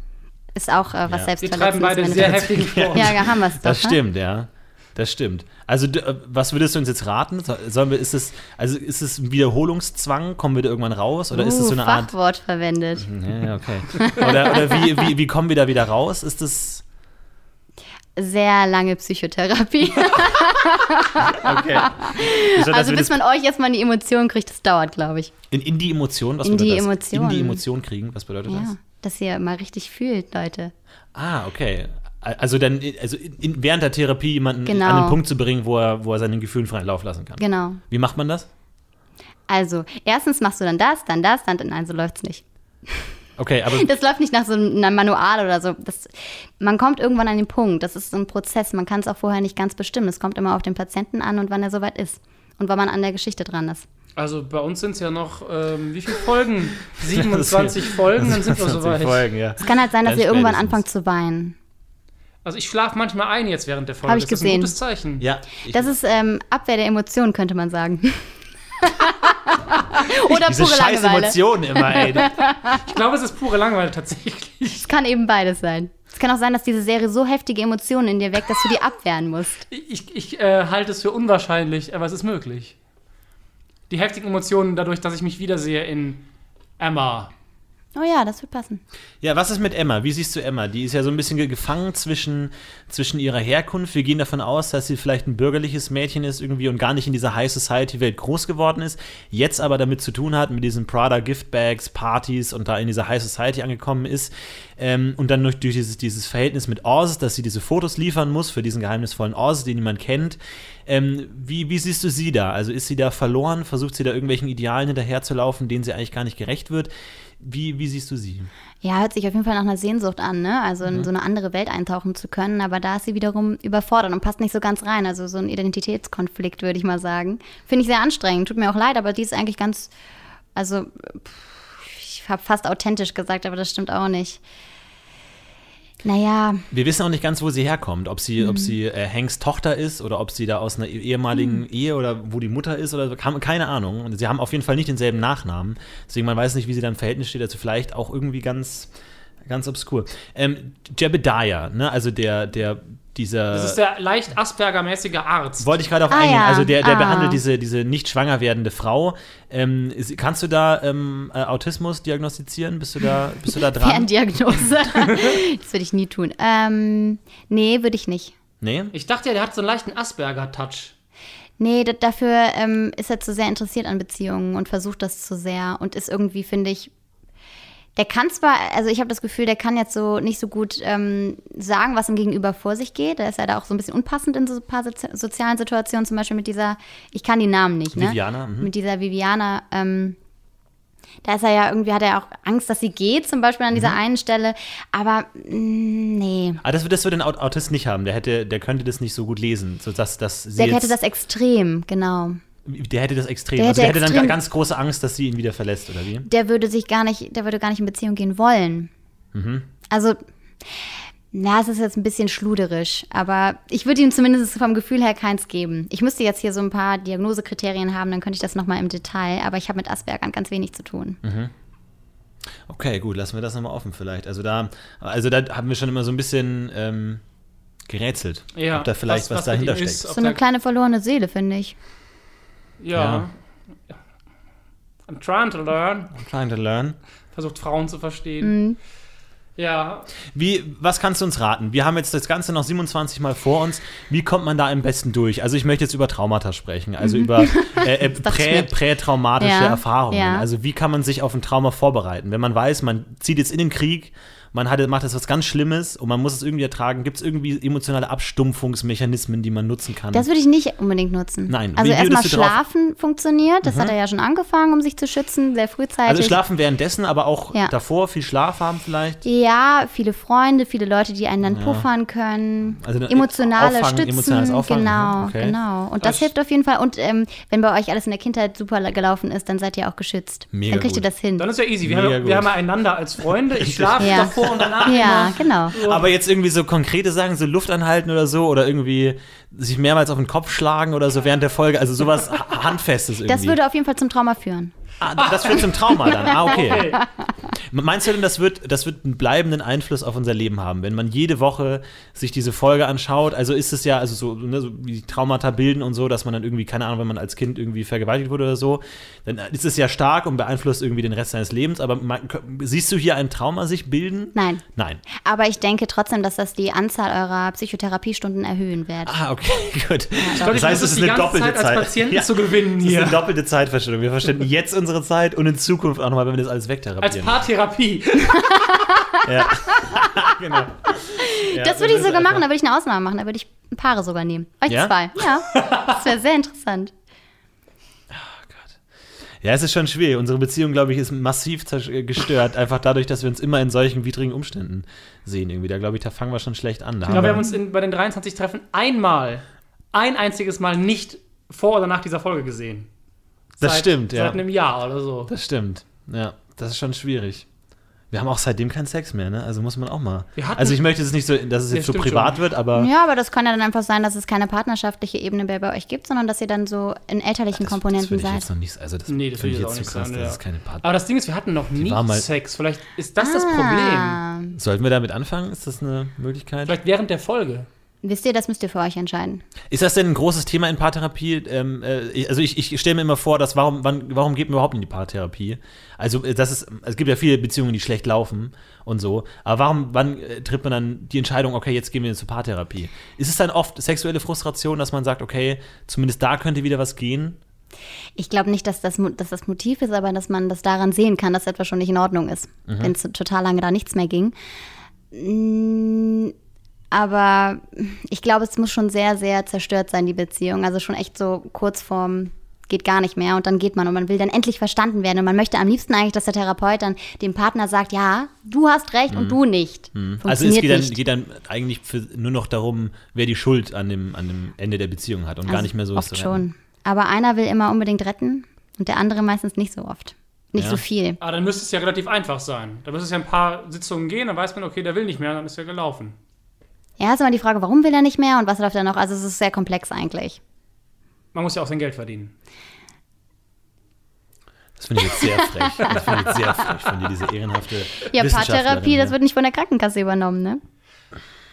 Speaker 3: ist auch äh,
Speaker 2: Ja.
Speaker 3: was
Speaker 1: Wir
Speaker 3: Selbstverletzendes.
Speaker 1: treiben beide
Speaker 3: wenn du-
Speaker 1: sehr heftigen Sport.
Speaker 3: Ja, da haben wir es doch.
Speaker 2: Das
Speaker 3: ne?
Speaker 2: stimmt, ja. Das stimmt. Also, d- äh, was würdest du uns jetzt raten? So- Sollen wir, ist es, also ist es ein Wiederholungszwang? Kommen wir da irgendwann raus? Oder ist es so
Speaker 3: Uh,
Speaker 2: eine Art.
Speaker 3: Fachwort verwendet.
Speaker 2: Ja, ja, okay. Oder, oder wie, wie, wie kommen wir da wieder raus? Ist das. Mhm.
Speaker 3: Sehr lange Psychotherapie.
Speaker 2: Okay.
Speaker 3: also bis man euch erstmal in die Emotionen kriegt, das dauert, glaube ich.
Speaker 2: in, in die Emotion, was
Speaker 3: In
Speaker 2: bedeutet
Speaker 3: die
Speaker 2: das?
Speaker 3: Emotion.
Speaker 2: In die Emotion kriegen, was bedeutet
Speaker 3: Ja,
Speaker 2: das?
Speaker 3: dass ihr mal richtig fühlt, Leute.
Speaker 2: Ah, okay. Also dann, also in, in, während der Therapie jemanden
Speaker 3: Genau.
Speaker 2: an den Punkt zu bringen, wo er, wo er seinen Gefühlen freien Lauf lassen kann.
Speaker 3: Genau.
Speaker 2: Wie macht man das?
Speaker 3: Also, erstens machst du dann das, dann das, dann nein, so läuft's nicht.
Speaker 2: Okay, aber
Speaker 3: Das läuft nicht nach so einem Manual oder so. Das, man kommt irgendwann an den Punkt. Das ist so ein Prozess. Man kann es auch vorher nicht ganz bestimmen. Es kommt immer auf den Patienten an und wann er soweit ist. Und wann man an der Geschichte dran ist.
Speaker 1: Also bei uns sind es ja noch, ähm, wie viele Folgen? 27 Folgen, dann sind wir
Speaker 2: 20
Speaker 1: soweit.
Speaker 2: Folgen, ja.
Speaker 3: Es kann halt sein, dass
Speaker 2: Dann
Speaker 3: ihr irgendwann
Speaker 2: spätestens.
Speaker 3: anfangt zu weinen.
Speaker 1: Also ich schlafe manchmal ein jetzt während der Folge.
Speaker 3: Hab ich
Speaker 1: das ist ein
Speaker 3: gesehen.
Speaker 1: gutes Zeichen.
Speaker 2: Ja, ich,
Speaker 3: Das ist ähm, Abwehr der Emotionen, könnte man sagen. oder
Speaker 2: diese
Speaker 3: pure
Speaker 2: scheiß
Speaker 3: Langeweile.
Speaker 2: Emotionen immer, ey.
Speaker 1: Ich glaube, es ist pure Langeweile tatsächlich.
Speaker 3: Es kann eben beides sein. Es kann auch sein, dass diese Serie so heftige Emotionen in dir weckt, dass du die abwehren musst.
Speaker 1: Ich, ich äh, halte es für unwahrscheinlich, aber es ist möglich. Die heftigen Emotionen dadurch, dass ich mich wiedersehe in Emma.
Speaker 3: Oh ja, das wird passen.
Speaker 2: Ja, was ist mit Emma? Wie siehst du Emma? Die ist ja so ein bisschen ge- gefangen zwischen, zwischen ihrer Herkunft. Wir gehen davon aus, dass sie vielleicht ein bürgerliches Mädchen ist irgendwie und gar nicht in dieser High Society Welt groß geworden ist. Jetzt aber damit zu tun hat, mit diesen Prada Giftbags, Partys und da in dieser High Society angekommen ist. Ähm, und dann durch, durch dieses, dieses Verhältnis mit Ors, dass sie diese Fotos liefern muss für diesen geheimnisvollen Ors, den niemand kennt. Ähm, wie, wie siehst du sie da? Also ist sie da verloren? Versucht sie da irgendwelchen Idealen hinterherzulaufen, denen sie eigentlich gar nicht gerecht wird? Wie, wie siehst du sie?
Speaker 3: Ja, hört sich auf jeden Fall nach einer Sehnsucht an, ne? Also in so eine andere Welt eintauchen zu können, aber da ist sie wiederum überfordert und passt nicht so ganz rein. Also so ein Identitätskonflikt, würde ich mal sagen. Finde ich sehr anstrengend, tut mir auch leid, aber die ist eigentlich ganz, also pff, ich habe fast authentisch gesagt, aber das stimmt auch nicht. Naja,
Speaker 2: Wir wissen auch nicht ganz, wo sie herkommt. Ob sie, ob sie äh, Hanks Tochter ist oder ob sie da aus einer eh- ehemaligen Ehe oder wo die Mutter ist oder so. Kam, keine Ahnung. Und sie haben auf jeden Fall nicht denselben Nachnamen. Deswegen man weiß nicht, wie sie da im Verhältnis steht. Also vielleicht auch irgendwie ganz, ganz obskur. Ähm, Jebediah, ne? Also der, der, dieser.
Speaker 1: Das ist der leicht Asperger-mäßige Arzt.
Speaker 2: wollte ich gerade auf
Speaker 3: Ah,
Speaker 2: eingehen.
Speaker 3: ja.
Speaker 2: Also der, der
Speaker 3: Ah.
Speaker 2: behandelt diese, diese nicht schwanger werdende Frau. Ähm, sie- kannst du da ähm, äh, Autismus diagnostizieren? Bist du da, bist du da dran?
Speaker 3: Ferndiagnose. das würde ich nie tun. Ähm, nee, würde ich nicht.
Speaker 2: Nee?
Speaker 1: Ich dachte ja, der hat so einen leichten Asperger-Touch.
Speaker 3: Nee, da- dafür ähm, ist er zu sehr interessiert an Beziehungen und versucht das zu sehr und ist irgendwie, finde ich, der kann zwar, also ich habe das Gefühl, der kann jetzt so nicht so gut ähm, sagen, was im Gegenüber vor sich geht. Da ist er da auch so ein bisschen unpassend in so ein paar sozi- sozialen Situationen, zum Beispiel mit dieser, ich kann die Namen nicht, ne?
Speaker 2: Viviana, mhm.
Speaker 3: Mit dieser Viviana, ähm, da ist er ja irgendwie, hat er auch Angst, dass sie geht, zum Beispiel an
Speaker 2: Mhm.
Speaker 3: dieser einen Stelle. Aber mh, nee.
Speaker 2: Ah, das, wird- das würde ein Aut- Autist nicht haben. Der, hätte, der könnte das nicht so gut lesen. So dass, dass sie
Speaker 3: Der
Speaker 2: jetzt,
Speaker 3: hätte das extrem, genau.
Speaker 2: der hätte das extrem.
Speaker 3: der
Speaker 2: also der
Speaker 3: hätte
Speaker 2: hätte dann
Speaker 3: extrem-
Speaker 2: ga- ganz große Angst, dass sie ihn wieder verlässt, oder wie?
Speaker 3: der würde sich gar nicht, der würde gar nicht in Beziehung gehen wollen.
Speaker 2: Mhm.
Speaker 3: Also, na, es ist jetzt ein bisschen schluderisch, aber ich würde ihm zumindest vom Gefühl her keins geben. Ich müsste jetzt hier so ein paar Diagnosekriterien haben, dann könnte ich das nochmal im Detail, aber ich habe mit Aspergern ganz wenig zu tun.
Speaker 2: Mhm. Okay, gut, lassen wir das nochmal offen vielleicht. Also da, also da haben wir schon immer so ein bisschen ähm, gerätselt, ob da vielleicht was,
Speaker 1: mit ihm
Speaker 2: dahinter steckt.
Speaker 1: ist, ob
Speaker 3: So eine
Speaker 1: da-
Speaker 3: kleine verlorene Seele, finde ich.
Speaker 1: Ja. I'm trying to learn.
Speaker 2: I'm trying to learn.
Speaker 1: Versucht Frauen zu
Speaker 3: Mhm.
Speaker 1: verstehen. Ja.
Speaker 2: Wie, was kannst du uns raten? Wir haben jetzt das Ganze noch 27 Mal vor uns. Wie kommt man da am besten durch? Also ich möchte jetzt über Traumata sprechen, also über äh, äh,
Speaker 3: dachte ich Mhm. mir.
Speaker 2: prä, prätraumatische
Speaker 3: Ja,
Speaker 2: Erfahrungen.
Speaker 3: ja.
Speaker 2: Also wie kann man sich auf ein Trauma vorbereiten? Wenn man weiß, man zieht jetzt in den Krieg, man hat, macht jetzt was ganz Schlimmes und man muss es irgendwie ertragen. Gibt es irgendwie emotionale Abstumpfungsmechanismen, die man nutzen kann?
Speaker 3: Das würde ich nicht unbedingt nutzen.
Speaker 2: Mhm. Nein,
Speaker 3: Also
Speaker 2: wie würdest
Speaker 3: erstmal
Speaker 2: du drauf- Mhm.
Speaker 3: schlafen funktioniert, das hat er ja schon angefangen, um sich zu schützen, sehr frühzeitig.
Speaker 2: also schlafen währenddessen, aber auch
Speaker 3: Ja.
Speaker 2: davor viel Schlaf haben vielleicht.
Speaker 3: Ja, viele Freunde, viele Leute, die einen dann puffern können,
Speaker 2: Also, äh,
Speaker 3: emotionale
Speaker 2: auffangen,
Speaker 3: Stützen,
Speaker 2: emotionales Auffangen,
Speaker 3: genau,
Speaker 2: ja, okay.
Speaker 3: genau. Und das
Speaker 1: Also-
Speaker 3: hilft auf jeden Fall. Und ähm, wenn bei euch alles in der Kindheit super gelaufen ist, dann seid ihr auch geschützt.
Speaker 2: Mega
Speaker 3: dann kriegt
Speaker 2: gut.
Speaker 3: ihr das hin.
Speaker 1: Dann ist ja easy. Wir
Speaker 2: Mega
Speaker 1: haben, wir
Speaker 2: gut.
Speaker 1: haben ja einander als Freunde. Ich schlafe
Speaker 3: Ja.
Speaker 1: davor davor und danach.
Speaker 3: Ja, genau.
Speaker 2: Aber jetzt irgendwie so konkrete Sachen, so Luft anhalten oder so, oder irgendwie sich mehrmals auf den Kopf schlagen oder so während der Folge, also sowas ha- Handfestes irgendwie.
Speaker 3: Das würde auf jeden Fall zum Trauma führen.
Speaker 2: ah, das führt zum Trauma dann. Ah, okay.
Speaker 1: Okay.
Speaker 2: Meinst du denn, das wird, das wird einen bleibenden Einfluss auf unser Leben haben, wenn man jede Woche sich diese Folge anschaut? Also ist es ja, also so, ne, so wie die Traumata bilden und so, dass man dann irgendwie, keine Ahnung, wenn man als Kind irgendwie vergewaltigt wurde oder so, dann ist es ja stark und beeinflusst irgendwie den Rest seines Lebens. Aber man, siehst du hier ein Trauma sich bilden?
Speaker 3: Nein.
Speaker 2: Nein.
Speaker 3: Aber ich denke trotzdem, dass das die Anzahl eurer Psychotherapiestunden erhöhen wird.
Speaker 2: Ah, okay, gut.
Speaker 1: glaub, ich muss es die ganze Zeit als Patient zu gewinnen
Speaker 2: Das ist
Speaker 1: hier.
Speaker 2: eine doppelte Zeitverschwendung. Wir verschwenden jetzt unsere Zeit und in Zukunft auch nochmal, wenn wir das alles
Speaker 1: Als
Speaker 2: wegtherapieren.
Speaker 1: Paartherapie.
Speaker 2: genau. Ja,
Speaker 3: das würde ich
Speaker 2: ist
Speaker 3: sogar
Speaker 2: einfach-
Speaker 3: machen, da würde ich eine Ausnahme machen, da würde ich Paare sogar nehmen. Euch
Speaker 2: Ja?
Speaker 3: zwei. Ja. Das wäre sehr interessant.
Speaker 1: Oh
Speaker 2: Ja, es ist schon schwierig. Unsere Beziehung, glaube ich, ist massiv zersch- äh, gestört. Einfach dadurch, dass wir uns immer in solchen widrigen Umständen sehen. Irgendwie. Da glaube ich, da fangen wir schon schlecht
Speaker 1: Ich
Speaker 2: an. Da
Speaker 1: glaube, Genau, wir haben uns in, bei den 23 Treffen einmal, ein einziges Mal nicht vor oder nach dieser Folge gesehen.
Speaker 2: das
Speaker 1: Seit-
Speaker 2: stimmt, ja.
Speaker 1: Seit einem Jahr oder so.
Speaker 2: Das stimmt. Ja, das ist schon schwierig. Wir haben auch seitdem keinen Sex mehr, ne? Also muss man auch mal.
Speaker 1: Wir hatten-
Speaker 2: also ich möchte jetzt nicht so, dass es
Speaker 1: Ja,
Speaker 2: jetzt so
Speaker 1: stimmt
Speaker 2: privat
Speaker 1: schon.
Speaker 2: wird, aber
Speaker 3: Ja, aber das kann ja dann einfach sein, dass es keine partnerschaftliche Ebene mehr bei euch gibt, sondern dass ihr dann so in elterlichen
Speaker 2: das, das
Speaker 3: Komponenten
Speaker 2: würde ich jetzt
Speaker 3: seid.
Speaker 2: noch nicht. Also das
Speaker 1: Nee, das
Speaker 2: finde ich
Speaker 1: will ich
Speaker 2: jetzt zu
Speaker 1: jetzt auch
Speaker 2: krass.
Speaker 1: nicht sagen,
Speaker 2: das
Speaker 1: ja. Ah.
Speaker 2: ist keine Partner.
Speaker 1: Aber das Ding ist, wir hatten noch nie
Speaker 2: war mal-
Speaker 1: Sex. Vielleicht ist das
Speaker 3: Ah.
Speaker 1: das Problem.
Speaker 2: Sollten wir damit anfangen? Ist das eine Möglichkeit?
Speaker 1: Vielleicht während der Folge.
Speaker 3: Wisst ihr, das müsst ihr für euch entscheiden.
Speaker 2: Ist das denn ein großes Thema in Paartherapie? Ähm, äh, ich- also ich, ich stelle mir immer vor, dass warum, wann, warum geht man überhaupt in die Paartherapie? Also äh, das ist, es gibt ja viele Beziehungen, die schlecht laufen und so. Aber warum, wann äh, tritt man dann die Entscheidung, okay, jetzt gehen wir zur Paartherapie? Ist es dann oft sexuelle Frustration, dass man sagt, okay, zumindest da könnte wieder was gehen?
Speaker 3: Ich glaube nicht, dass das, Mo- dass das Motiv ist, aber dass man das daran sehen kann, dass etwas schon nicht in Ordnung ist,
Speaker 2: Mhm.
Speaker 3: wenn es total lange da nichts mehr ging. Mm, Aber ich glaube, es muss schon sehr, sehr zerstört sein, die Beziehung. Also schon echt so kurz vorm geht gar nicht mehr und dann geht man und man will dann endlich verstanden werden und man möchte am liebsten eigentlich, dass der Therapeut dann dem Partner sagt, ja, du hast recht und du nicht.
Speaker 2: Mhm. Also es
Speaker 3: Funktioniert
Speaker 2: geht dann,
Speaker 3: nicht.
Speaker 2: geht dann eigentlich für, nur noch darum, wer die Schuld an dem, an dem Ende der Beziehung hat und gar
Speaker 3: Also
Speaker 2: nicht mehr so
Speaker 3: oft
Speaker 2: zu retten.
Speaker 3: schon. Aber einer will immer unbedingt retten und der andere meistens nicht so oft. Nicht
Speaker 2: Ja.
Speaker 3: so viel.
Speaker 1: Aber dann müsste es ja relativ einfach sein. Da müsste es ja ein paar Sitzungen gehen, dann weiß man, okay, der will nicht mehr, dann ist er gelaufen.
Speaker 3: Ja, ist immer die Frage, warum will er nicht mehr und was läuft da noch? Also es ist sehr komplex eigentlich.
Speaker 1: Man muss ja auch sein Geld verdienen.
Speaker 2: Das finde ich jetzt sehr frech. Das finde ich jetzt sehr frech von dir, diese ehrenhafte
Speaker 3: Ja,
Speaker 2: Wissenschaftlerin,
Speaker 3: Paartherapie,
Speaker 2: ja.
Speaker 3: das wird nicht von der Krankenkasse übernommen, ne?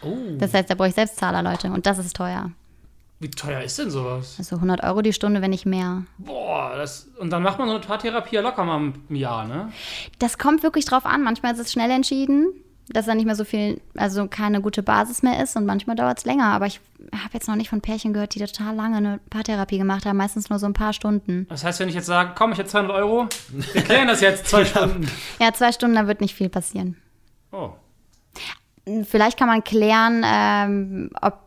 Speaker 2: Oh.
Speaker 3: Das
Speaker 2: Mhm.
Speaker 3: heißt, da brauche ich Selbstzahler, Leute. Und das ist teuer.
Speaker 1: Wie teuer ist denn sowas?
Speaker 3: Also 100 Euro die Stunde, wenn nicht mehr.
Speaker 1: Boah, das. Und dann macht man so eine Paartherapie ja locker mal im Jahr, ne?
Speaker 3: Das kommt wirklich drauf an. Manchmal ist es schnell entschieden, dass da nicht mehr so viel, also keine gute Basis mehr ist und manchmal dauert es länger. Aber ich habe jetzt noch nicht von Pärchen gehört, die total lange eine Paartherapie gemacht haben, meistens nur so ein paar Stunden.
Speaker 1: Das heißt, wenn ich jetzt sage, komm, ich hätte 200 Euro, wir klären das jetzt zwei Stunden.
Speaker 3: Ja, zwei Stunden, da wird nicht viel passieren.
Speaker 1: Oh.
Speaker 3: Vielleicht kann man klären, ähm, ob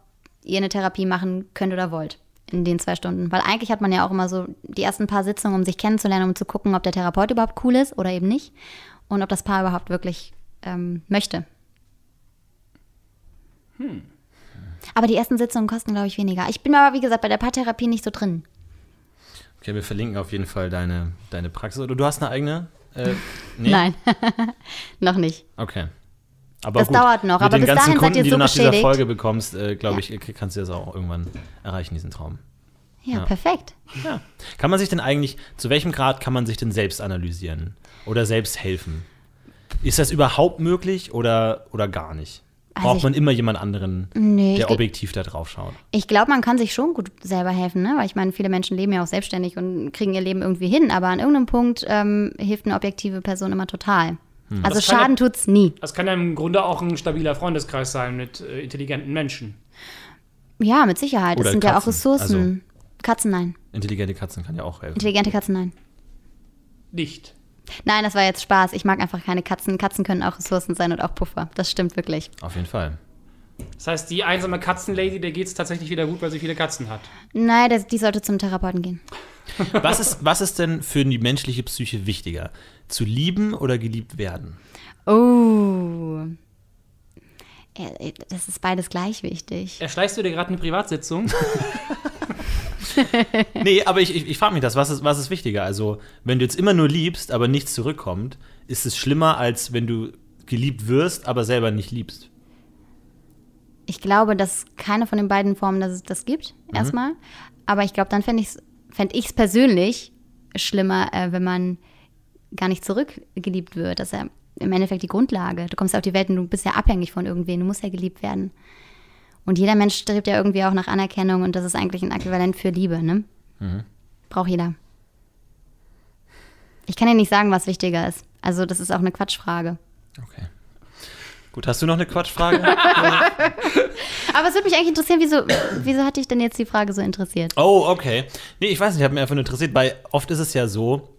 Speaker 3: ihr eine Therapie machen könnt oder wollt in den zwei Stunden. Weil eigentlich hat man ja auch immer so die ersten paar Sitzungen, um sich kennenzulernen, um zu gucken, ob der Therapeut überhaupt cool ist oder eben nicht. Und ob das Paar überhaupt wirklich ähm, möchte.
Speaker 2: Hm.
Speaker 3: Aber die ersten Sitzungen kosten, glaube ich, weniger. Ich bin aber, wie gesagt, bei der Paartherapie nicht so drin.
Speaker 2: Okay, wir verlinken auf jeden Fall deine, deine Praxis. Oder du hast eine eigene? Äh, nee?
Speaker 3: Nein, noch nicht.
Speaker 2: Okay. Aber
Speaker 3: Das dauert noch,
Speaker 2: Mit
Speaker 3: aber
Speaker 2: den
Speaker 3: bis
Speaker 2: ganzen
Speaker 3: dahin seid
Speaker 2: Kunden,
Speaker 3: ihr
Speaker 2: die
Speaker 3: so
Speaker 2: du nach dieser
Speaker 3: beschädigt.
Speaker 2: Folge bekommst, äh, glaube ich, äh, kannst du das auch irgendwann erreichen, diesen Traum. Ja.
Speaker 3: Ja, perfekt.
Speaker 2: Ja. Kann man sich denn eigentlich, zu welchem Grad kann man sich denn selbst analysieren? Oder selbst helfen? Ist das überhaupt möglich oder, oder gar nicht?
Speaker 3: Also
Speaker 2: Braucht
Speaker 3: ich-
Speaker 2: man immer jemand anderen,
Speaker 3: Nee, ich
Speaker 2: der
Speaker 3: gl-
Speaker 2: objektiv da drauf schaut?
Speaker 3: Ich glaube, man kann sich schon gut selber helfen, ne? weil ich meine, viele Menschen leben ja auch selbstständig und kriegen ihr Leben irgendwie hin, aber an irgendeinem Punkt ähm, hilft eine objektive Person immer total. Also
Speaker 1: Hm. Das kann
Speaker 3: Schaden
Speaker 1: ja-
Speaker 3: tut's nie.
Speaker 1: Das kann ja im Grunde auch ein stabiler Freundeskreis sein mit äh, intelligenten Menschen.
Speaker 3: Ja, mit Sicherheit.
Speaker 2: Oder
Speaker 3: es sind ja auch
Speaker 2: Katzen,
Speaker 3: Ressourcen.
Speaker 1: Also
Speaker 3: Katzen, nein.
Speaker 2: Intelligente Katzen kann ja auch helfen.
Speaker 3: Intelligente Katzen, nein.
Speaker 1: Nicht.
Speaker 3: Nein, das war jetzt Spaß. Ich mag einfach keine Katzen. Katzen können auch Ressourcen sein und auch Puffer. Das stimmt wirklich.
Speaker 2: Auf jeden Fall.
Speaker 1: Das heißt, die einsame Katzenlady, der geht es tatsächlich wieder gut, weil sie viele Katzen hat.
Speaker 3: Nein, das, die sollte zum Therapeuten gehen.
Speaker 2: Was ist, was ist denn für die menschliche Psyche wichtiger? Zu lieben oder geliebt werden?
Speaker 3: Oh. Äh, äh, Das ist beides gleich wichtig.
Speaker 1: Erschleichst du dir gerade eine Privatsitzung?
Speaker 2: Nee, aber ich, ich, ich frage mich das, was ist, was ist wichtiger? Also, wenn du jetzt immer nur liebst, aber nichts zurückkommt, ist es schlimmer, als wenn du geliebt wirst, aber selber nicht liebst.
Speaker 3: Ich glaube, dass keine von den beiden Formen, dass es das gibt, erstmal. Aber ich glaube, dann fände ich es fänd ich's persönlich schlimmer, äh, wenn man gar nicht zurückgeliebt wird. Das ist ja im Endeffekt die Grundlage. Du kommst ja auf die Welt und du bist ja abhängig von irgendwen. Du musst ja geliebt werden. Und jeder Mensch strebt ja irgendwie auch nach Anerkennung und das ist eigentlich ein Äquivalent für Liebe, ne? Braucht jeder. Ich kann dir nicht sagen, was wichtiger ist. Also, das ist auch eine Quatschfrage.
Speaker 2: Okay. Gut, hast du noch eine Quatschfrage?
Speaker 3: Aber es würde mich eigentlich interessieren, wieso, wieso hat dich denn jetzt die Frage so interessiert?
Speaker 2: oh, okay. Nee, ich weiß nicht, hat mich einfach nur interessiert, weil oft ist es ja so,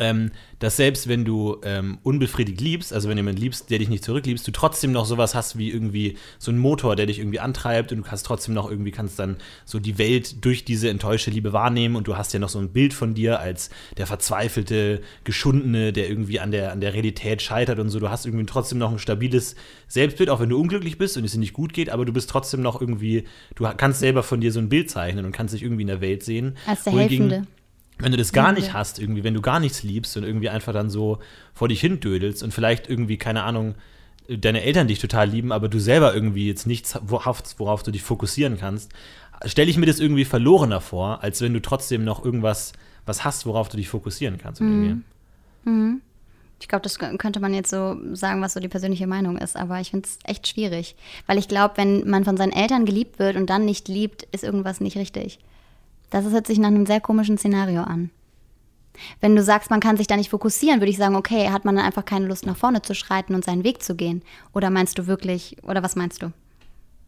Speaker 2: ähm, dass selbst wenn du ähm, unbefriedigt liebst, also wenn jemand liebst, der dich nicht zurückliebst, du trotzdem noch sowas hast wie irgendwie so einen Motor, der dich irgendwie antreibt und du hast trotzdem noch irgendwie kannst dann so die Welt durch diese enttäuschte Liebe wahrnehmen und du hast ja noch so ein Bild von dir als der verzweifelte, geschundene, der irgendwie an der, an der Realität scheitert und so. Du hast irgendwie trotzdem noch ein stabiles Selbstbild, auch wenn du unglücklich bist und es dir nicht gut geht, aber du bist trotzdem noch irgendwie, du kannst selber von dir so ein Bild zeichnen und kannst dich irgendwie in der Welt sehen.
Speaker 3: Als der
Speaker 2: Wohingegen-
Speaker 3: Helfende.
Speaker 2: wenn du das gar
Speaker 3: Ja.
Speaker 2: nicht hast, irgendwie, wenn du gar nichts liebst und irgendwie einfach dann so vor dich hin dödelst und vielleicht irgendwie, keine Ahnung, deine Eltern dich total lieben, aber du selber irgendwie jetzt nichts, worauf, worauf du dich fokussieren kannst, stelle ich mir das irgendwie verlorener vor, als wenn du trotzdem noch irgendwas was hast, worauf du dich fokussieren kannst. irgendwie.
Speaker 3: Ich glaube, das kö- könnte man jetzt so sagen, was so die persönliche Meinung ist, aber ich finde es echt schwierig. Weil ich glaube, wenn man von seinen Eltern geliebt wird und dann nicht liebt, ist irgendwas nicht richtig. Das hört sich nach einem sehr komischen Szenario an. Wenn du sagst, man kann sich da nicht fokussieren, würde ich sagen, okay, hat man dann einfach keine Lust, nach vorne zu schreiten und seinen Weg zu gehen? Oder meinst du wirklich, oder was meinst du?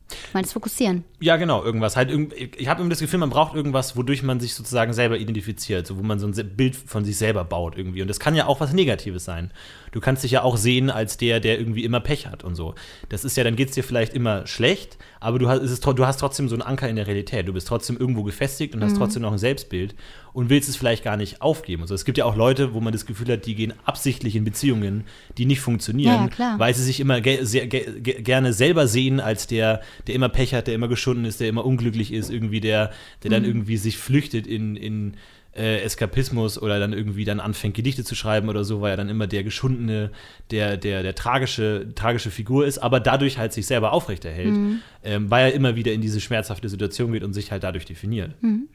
Speaker 3: Du meinst fokussieren?
Speaker 2: Ja, genau, irgendwas. Halt, irgend- ich habe immer das Gefühl, man braucht irgendwas, wodurch man sich sozusagen selber identifiziert, so, wo man so ein se- Bild von sich selber baut irgendwie. Und das kann ja auch was Negatives sein. Du kannst dich ja auch sehen als der, der irgendwie immer Pech hat und so. Das ist ja, dann geht's dir vielleicht immer schlecht, aber du hast, es ist, tro- du hast trotzdem so einen Anker in der Realität. Du bist trotzdem irgendwo gefestigt und
Speaker 3: Mhm.
Speaker 2: hast trotzdem noch ein Selbstbild und willst es vielleicht gar nicht aufgeben. Also, es gibt ja auch Leute, wo man das Gefühl hat, die gehen absichtlich in Beziehungen, die nicht funktionieren,
Speaker 3: Ja, ja, klar.
Speaker 2: weil weil sie sich immer ge sehr, ge ge gerne selber sehen als der, der immer Pech hat, der immer geschunden ist, der immer unglücklich ist, irgendwie der, der
Speaker 3: Mhm.
Speaker 2: dann irgendwie sich flüchtet in, in äh, Eskapismus oder dann irgendwie dann anfängt, Gedichte zu schreiben oder so, weil er dann immer der geschundene, der, der, der tragische, tragische Figur ist, aber dadurch halt sich selber aufrechterhält,
Speaker 3: Mhm.
Speaker 2: ähm, weil er immer wieder in diese schmerzhafte Situation geht und sich halt dadurch definiert.
Speaker 3: Mhm.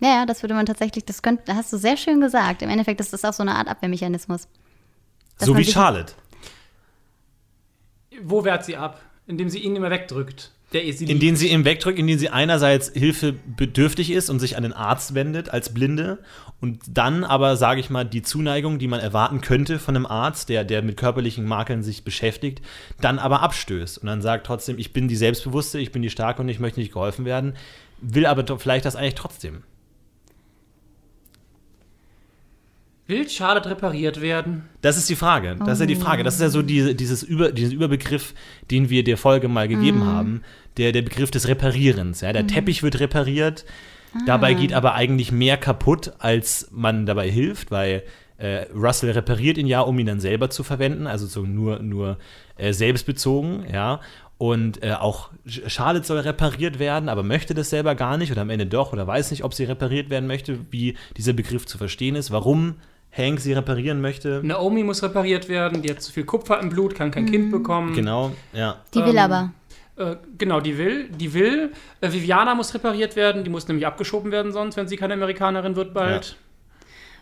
Speaker 3: Ja, ja, das würde man tatsächlich, das könnt, das hast du sehr schön gesagt. Im Endeffekt ist das auch so eine Art Abwehrmechanismus. Dass
Speaker 2: So
Speaker 3: man
Speaker 2: wie
Speaker 3: sich-
Speaker 2: Charlotte.
Speaker 1: Wo wehrt sie ab? Indem sie ihn immer wegdrückt. Der ist sie
Speaker 2: In
Speaker 1: liebt.
Speaker 2: denen sie ihm wegdrückt, in denen sie einerseits Hilfe bedürftig ist und sich an den Arzt wendet als Blinde und dann aber, sage ich mal, die Zuneigung, die man erwarten könnte von einem Arzt, der, der mit körperlichen Makeln sich beschäftigt, dann aber abstößt und dann sagt trotzdem, ich bin die Selbstbewusste, ich bin die Starke und ich möchte nicht geholfen werden, will aber doch vielleicht das eigentlich trotzdem.
Speaker 1: Will Charlotte repariert werden?
Speaker 2: Das ist die Frage. Das ist ja die Frage. Das ist ja so die, dieses Über, diesen Überbegriff, den wir der Folge mal gegeben haben. Der, der Begriff des Reparierens. Ja? Der Teppich wird repariert. Dabei geht aber eigentlich mehr kaputt, als man dabei hilft, weil äh, Russell repariert ihn ja, um ihn dann selber zu verwenden. Also so nur, nur äh, selbstbezogen. Ja? Und äh, auch Sch- Charlotte soll repariert werden, aber möchte das selber gar nicht oder am Ende doch oder weiß nicht, ob sie repariert werden möchte, wie dieser Begriff zu verstehen ist, warum Hank sie reparieren möchte.
Speaker 1: Naomi muss repariert werden, die hat zu viel Kupfer im Blut, kann kein Kind bekommen.
Speaker 2: Genau, ja.
Speaker 3: Die will aber.
Speaker 1: Äh, genau, die will. Die will. Äh, Viviana muss repariert werden, die muss nämlich abgeschoben werden, sonst, wenn sie keine Amerikanerin wird, bald.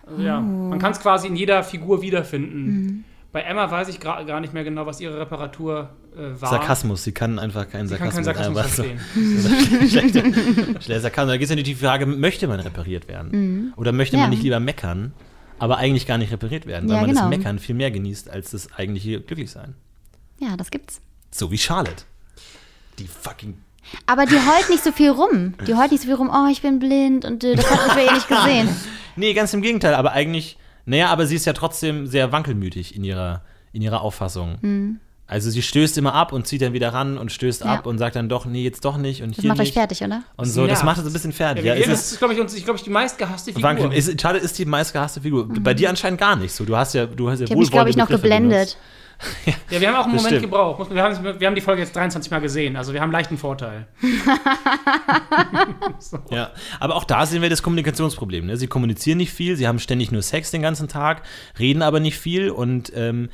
Speaker 1: Also, ja. Man kann es quasi in jeder Figur wiederfinden. Bei Emma weiß ich gra- gar nicht mehr genau, was ihre Reparatur äh, war.
Speaker 2: Sarkasmus, sie kann einfach keinen
Speaker 1: Sie kann
Speaker 2: Sarkasmus,
Speaker 1: keinen Sarkasmus verstehen.
Speaker 2: Schlechter Sarkasmus. Da geht es natürlich die Frage, möchte man repariert werden? Oder möchte
Speaker 3: Mhm. Ja.
Speaker 2: man nicht lieber meckern, aber eigentlich gar nicht repariert werden, weil
Speaker 3: Ja,
Speaker 2: man
Speaker 3: genau.
Speaker 2: das Meckern viel mehr genießt, als das eigentliche Glücklichsein.
Speaker 3: Ja, das gibt's.
Speaker 2: So wie Charlotte. Die fucking.
Speaker 3: Aber die heult nicht so viel rum. Die heult nicht so viel rum, oh, ich bin blind und äh, das hat wir eh nicht gesehen.
Speaker 2: Nee, ganz im Gegenteil, aber eigentlich, naja, aber sie ist ja trotzdem sehr wankelmütig in ihrer, in ihrer Auffassung. Also sie stößt immer ab und zieht dann wieder ran und stößt
Speaker 3: Mhm. Ja.
Speaker 2: ab und sagt dann doch, nee, jetzt doch nicht und
Speaker 3: Das
Speaker 2: hier
Speaker 3: macht
Speaker 2: nicht.
Speaker 3: euch fertig, oder?
Speaker 2: Und so, das
Speaker 1: Ja.
Speaker 2: macht es ein bisschen fertig.
Speaker 1: Ja,
Speaker 2: es
Speaker 1: Viviana
Speaker 2: ist-
Speaker 1: ist, glaube ich, uns, ich glaube ich, die meistgehasste Figur.
Speaker 2: Wankel, ist, Charlotte ist die meistgehasste Figur. Bei dir anscheinend gar nicht so. Du hast ja, du hast ja
Speaker 3: Mhm. Ich habe mich, glaube ich, noch
Speaker 2: wohlwollende Begriffe
Speaker 3: geblendet.
Speaker 1: Ja, wir haben auch einen
Speaker 2: Das
Speaker 1: Moment
Speaker 2: stimmt.
Speaker 1: gebraucht. Muss man- Wir haben, wir haben die Folge jetzt 23 Mal gesehen, also wir haben leichten Vorteil.
Speaker 2: benutzt. Ja. Aber auch da sehen wir das Kommunikationsproblem. Ne? Sie kommunizieren nicht viel, sie haben ständig nur Sex den ganzen Tag, reden aber nicht viel und ähm,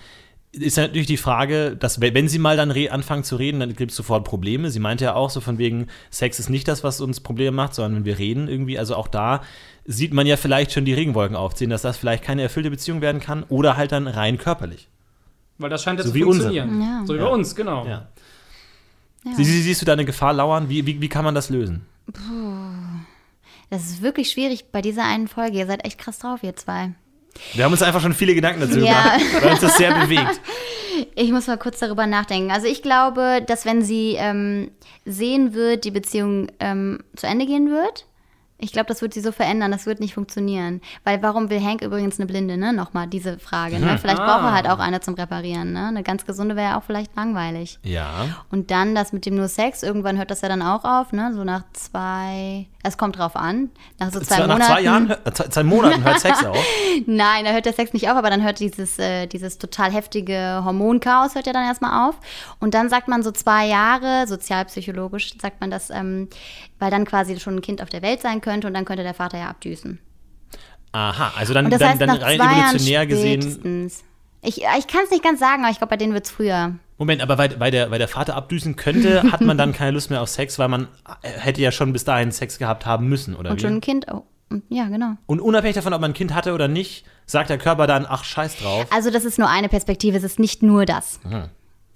Speaker 2: ist natürlich die Frage, dass we- wenn sie mal dann re anfangen zu reden, dann gibt es sofort Probleme. Sie meinte ja auch so von wegen, Sex ist nicht das, was uns Probleme macht, sondern wenn wir reden irgendwie, also auch da sieht man ja vielleicht schon die Regenwolken aufziehen, dass das vielleicht keine erfüllte Beziehung werden kann oder halt dann rein körperlich.
Speaker 1: Weil das scheint ja
Speaker 2: So
Speaker 1: zu
Speaker 2: wie unsere.
Speaker 1: funktionieren.
Speaker 3: Ja.
Speaker 1: So wie bei
Speaker 2: Ja.
Speaker 1: uns, genau.
Speaker 2: Ja.
Speaker 3: Ja.
Speaker 2: Sie, sie, siehst du da eine Gefahr lauern? Wie, wie, wie kann man das lösen?
Speaker 3: Das ist wirklich schwierig bei dieser einen Folge. Ihr seid echt krass drauf, ihr zwei.
Speaker 2: Wir haben uns einfach schon viele Gedanken dazu
Speaker 3: Ja.
Speaker 2: gemacht, weil uns das sehr bewegt.
Speaker 3: Ich muss mal kurz darüber nachdenken. Also ich glaube, dass wenn sie ähm, sehen wird, die Beziehung ähm, zu Ende gehen wird, ich glaube, das wird sie so verändern, das wird nicht funktionieren. Weil warum will Hank übrigens eine Blinde, ne? Nochmal diese Frage. Ne? Vielleicht
Speaker 1: Ah.
Speaker 3: braucht er halt auch eine zum Reparieren, ne? Eine ganz gesunde wäre ja auch vielleicht langweilig.
Speaker 2: Ja.
Speaker 3: Und dann das mit dem nur Sex, irgendwann hört das ja dann auch auf, ne? So nach zwei, es kommt drauf an, nach so zwei
Speaker 2: Zwei- nach
Speaker 3: Monaten.
Speaker 2: zwei Jahren, äh, zwei, zwei Monaten hört Sex auf.
Speaker 3: Nein, da hört der Sex nicht auf, aber dann hört dieses, äh, dieses total heftige Hormonchaos hört ja dann erstmal auf. Und dann sagt man so zwei Jahre, sozialpsychologisch sagt man das, ähm, weil dann quasi schon ein Kind auf der Welt sein könnte und dann könnte der Vater ja abdüsen.
Speaker 2: Aha, also dann,
Speaker 3: Und
Speaker 2: Hm,
Speaker 3: das
Speaker 2: dann,
Speaker 3: heißt,
Speaker 2: dann
Speaker 3: nach
Speaker 2: rein
Speaker 3: zwei
Speaker 2: evolutionär
Speaker 3: Jahren
Speaker 2: gesehen.
Speaker 3: spätestens. Ich, ich kann es nicht ganz sagen, aber ich glaube, bei denen wird es früher.
Speaker 2: Moment, aber weil, weil, der, weil der Vater abdüsen könnte, hat man dann keine Lust mehr auf Sex, weil man äh, hätte ja schon bis dahin Sex gehabt haben müssen, oder
Speaker 3: Und
Speaker 2: wie?
Speaker 3: schon ein Kind, oh, ja, genau.
Speaker 2: Und unabhängig davon, ob man ein Kind hatte oder nicht, sagt der Körper dann, ach, scheiß drauf.
Speaker 3: Also das ist nur eine Perspektive, es ist nicht nur das.
Speaker 2: Mhm.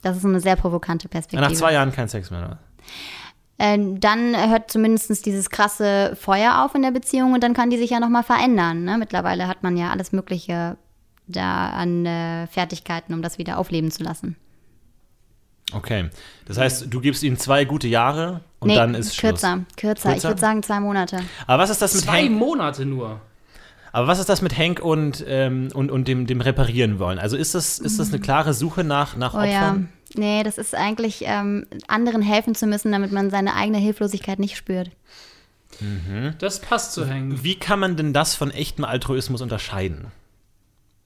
Speaker 3: Das ist eine sehr provokante Perspektive.
Speaker 2: Nach zwei Jahren kein Sex mehr. Oder?
Speaker 3: Ähm, dann hört zumindest dieses krasse Feuer auf in der Beziehung und dann kann die sich ja nochmal verändern. Ne? Mittlerweile hat man ja alles Mögliche da an äh, Fertigkeiten, um das wieder aufleben zu lassen.
Speaker 2: Okay. Das heißt, du gibst ihm zwei gute Jahre und dann ist Schluss.
Speaker 3: kürzer, kürzer. Ich
Speaker 2: Kürzer?
Speaker 3: würde sagen zwei Monate.
Speaker 2: Aber was ist das mit
Speaker 1: Zwei
Speaker 2: Hank?
Speaker 1: Monate nur.
Speaker 2: Aber was ist das mit Hank und, ähm, und, und dem, dem Reparieren wollen? Also ist das, ist das eine klare Suche nach, nach
Speaker 3: Mhm. Oh ja.
Speaker 2: Opfern?
Speaker 3: Nee, das ist eigentlich, ähm, anderen helfen zu müssen, damit man seine eigene Hilflosigkeit nicht spürt.
Speaker 1: Das passt zu hängen.
Speaker 2: Wie kann man denn das von echtem Altruismus unterscheiden?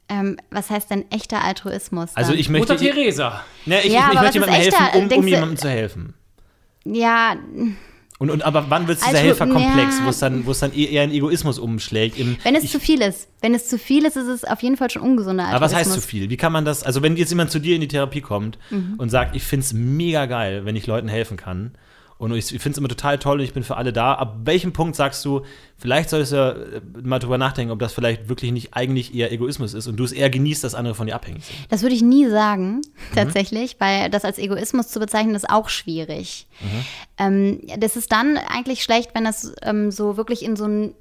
Speaker 3: Ähm, was heißt denn echter Altruismus?
Speaker 2: Also
Speaker 3: dann?
Speaker 2: ich
Speaker 1: Mutter
Speaker 2: möchte,
Speaker 1: Teresa.
Speaker 2: ne, ich,
Speaker 3: Ja,
Speaker 2: ich,
Speaker 3: aber
Speaker 2: ich
Speaker 3: was
Speaker 2: möchte
Speaker 3: ist
Speaker 2: jemandem
Speaker 3: echter?
Speaker 2: helfen, um,
Speaker 3: Denkst
Speaker 2: um
Speaker 3: du-
Speaker 2: jemandem zu helfen.
Speaker 3: Ja,
Speaker 2: Und, und aber wann wird dieser
Speaker 3: Also,
Speaker 2: Helferkomplex,
Speaker 3: ja.
Speaker 2: wo es dann, wo es dann eh- eher in Egoismus umschlägt? Im,
Speaker 3: wenn es
Speaker 2: ich,
Speaker 3: zu viel ist. Wenn es zu viel ist, ist es auf jeden Fall schon ungesunder
Speaker 2: aber
Speaker 3: Altruismus.
Speaker 2: was heißt zu viel? Wie kann man das? Also wenn jetzt jemand zu dir in die Therapie kommt
Speaker 1: Mhm.
Speaker 2: und sagt, ich find's mega geil, wenn ich Leuten helfen kann. Und ich find's immer total toll und ich bin für alle da. Ab welchem Punkt sagst du, vielleicht solltest du äh, mal drüber nachdenken, ob das vielleicht wirklich nicht eigentlich eher Egoismus ist und du es eher genießt, dass andere von dir abhängig sind?
Speaker 3: Das würde ich nie sagen,
Speaker 2: Mhm.
Speaker 3: tatsächlich, weil das als Egoismus zu bezeichnen ist auch schwierig.
Speaker 2: Mhm.
Speaker 3: Ähm, das ist dann eigentlich schlecht, wenn das ähm, so wirklich in so ein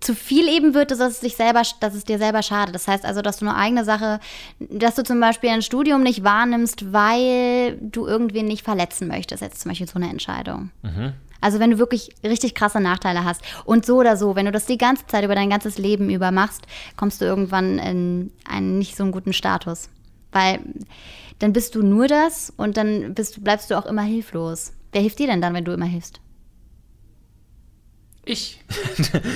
Speaker 3: zu viel eben wird, dass es, dich selber, dass es dir selber schadet. Das heißt also, dass du eine eigene Sache, dass du zum Beispiel ein Studium nicht wahrnimmst, weil du irgendwen nicht verletzen möchtest. Jetzt zum Beispiel so eine Entscheidung. Also wenn du wirklich richtig krasse Nachteile hast und so oder so, wenn du das die ganze Zeit über dein ganzes Leben über machst, kommst du irgendwann in einen nicht so einen guten Status, weil dann bist du nur das und dann bist, du- bleibst du auch immer hilflos. Wer hilft dir denn dann, wenn du immer hilfst?
Speaker 1: Ich.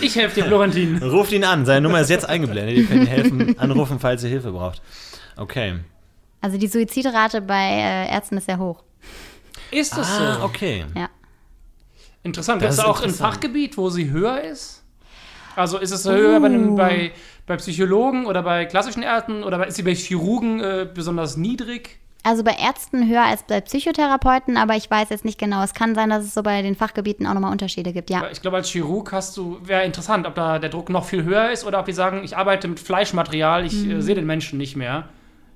Speaker 1: Ich helfe dir, Florentin.
Speaker 2: Ruft ihn an, seine Nummer ist jetzt eingeblendet. Ihr könnt ihm helfen, anrufen, falls ihr Hilfe braucht. Okay.
Speaker 3: Also die Suizidrate bei äh, Ärzten ist sehr hoch.
Speaker 1: Ist das
Speaker 2: Ah,
Speaker 1: so?
Speaker 2: okay.
Speaker 3: Ja.
Speaker 1: Interessant.
Speaker 2: Das
Speaker 1: Gibt es
Speaker 2: ist
Speaker 1: auch ein
Speaker 2: interessant.
Speaker 1: Fachgebiet, wo sie höher ist? Also ist es höher bei, einem, bei,
Speaker 2: Uh.
Speaker 1: bei Psychologen oder bei klassischen Ärzten oder bei, ist sie bei Chirurgen äh, besonders niedrig?
Speaker 3: Also bei Ärzten höher als bei Psychotherapeuten, aber ich weiß jetzt nicht genau. Es kann sein, dass es so bei den Fachgebieten auch nochmal Unterschiede gibt. Ja,
Speaker 1: Weil Ich glaube, als Chirurg hast du, wäre interessant, ob da der Druck noch viel höher ist oder ob die sagen, ich arbeite mit Fleischmaterial, ich
Speaker 2: Mhm.
Speaker 1: äh, sehe den Menschen nicht mehr.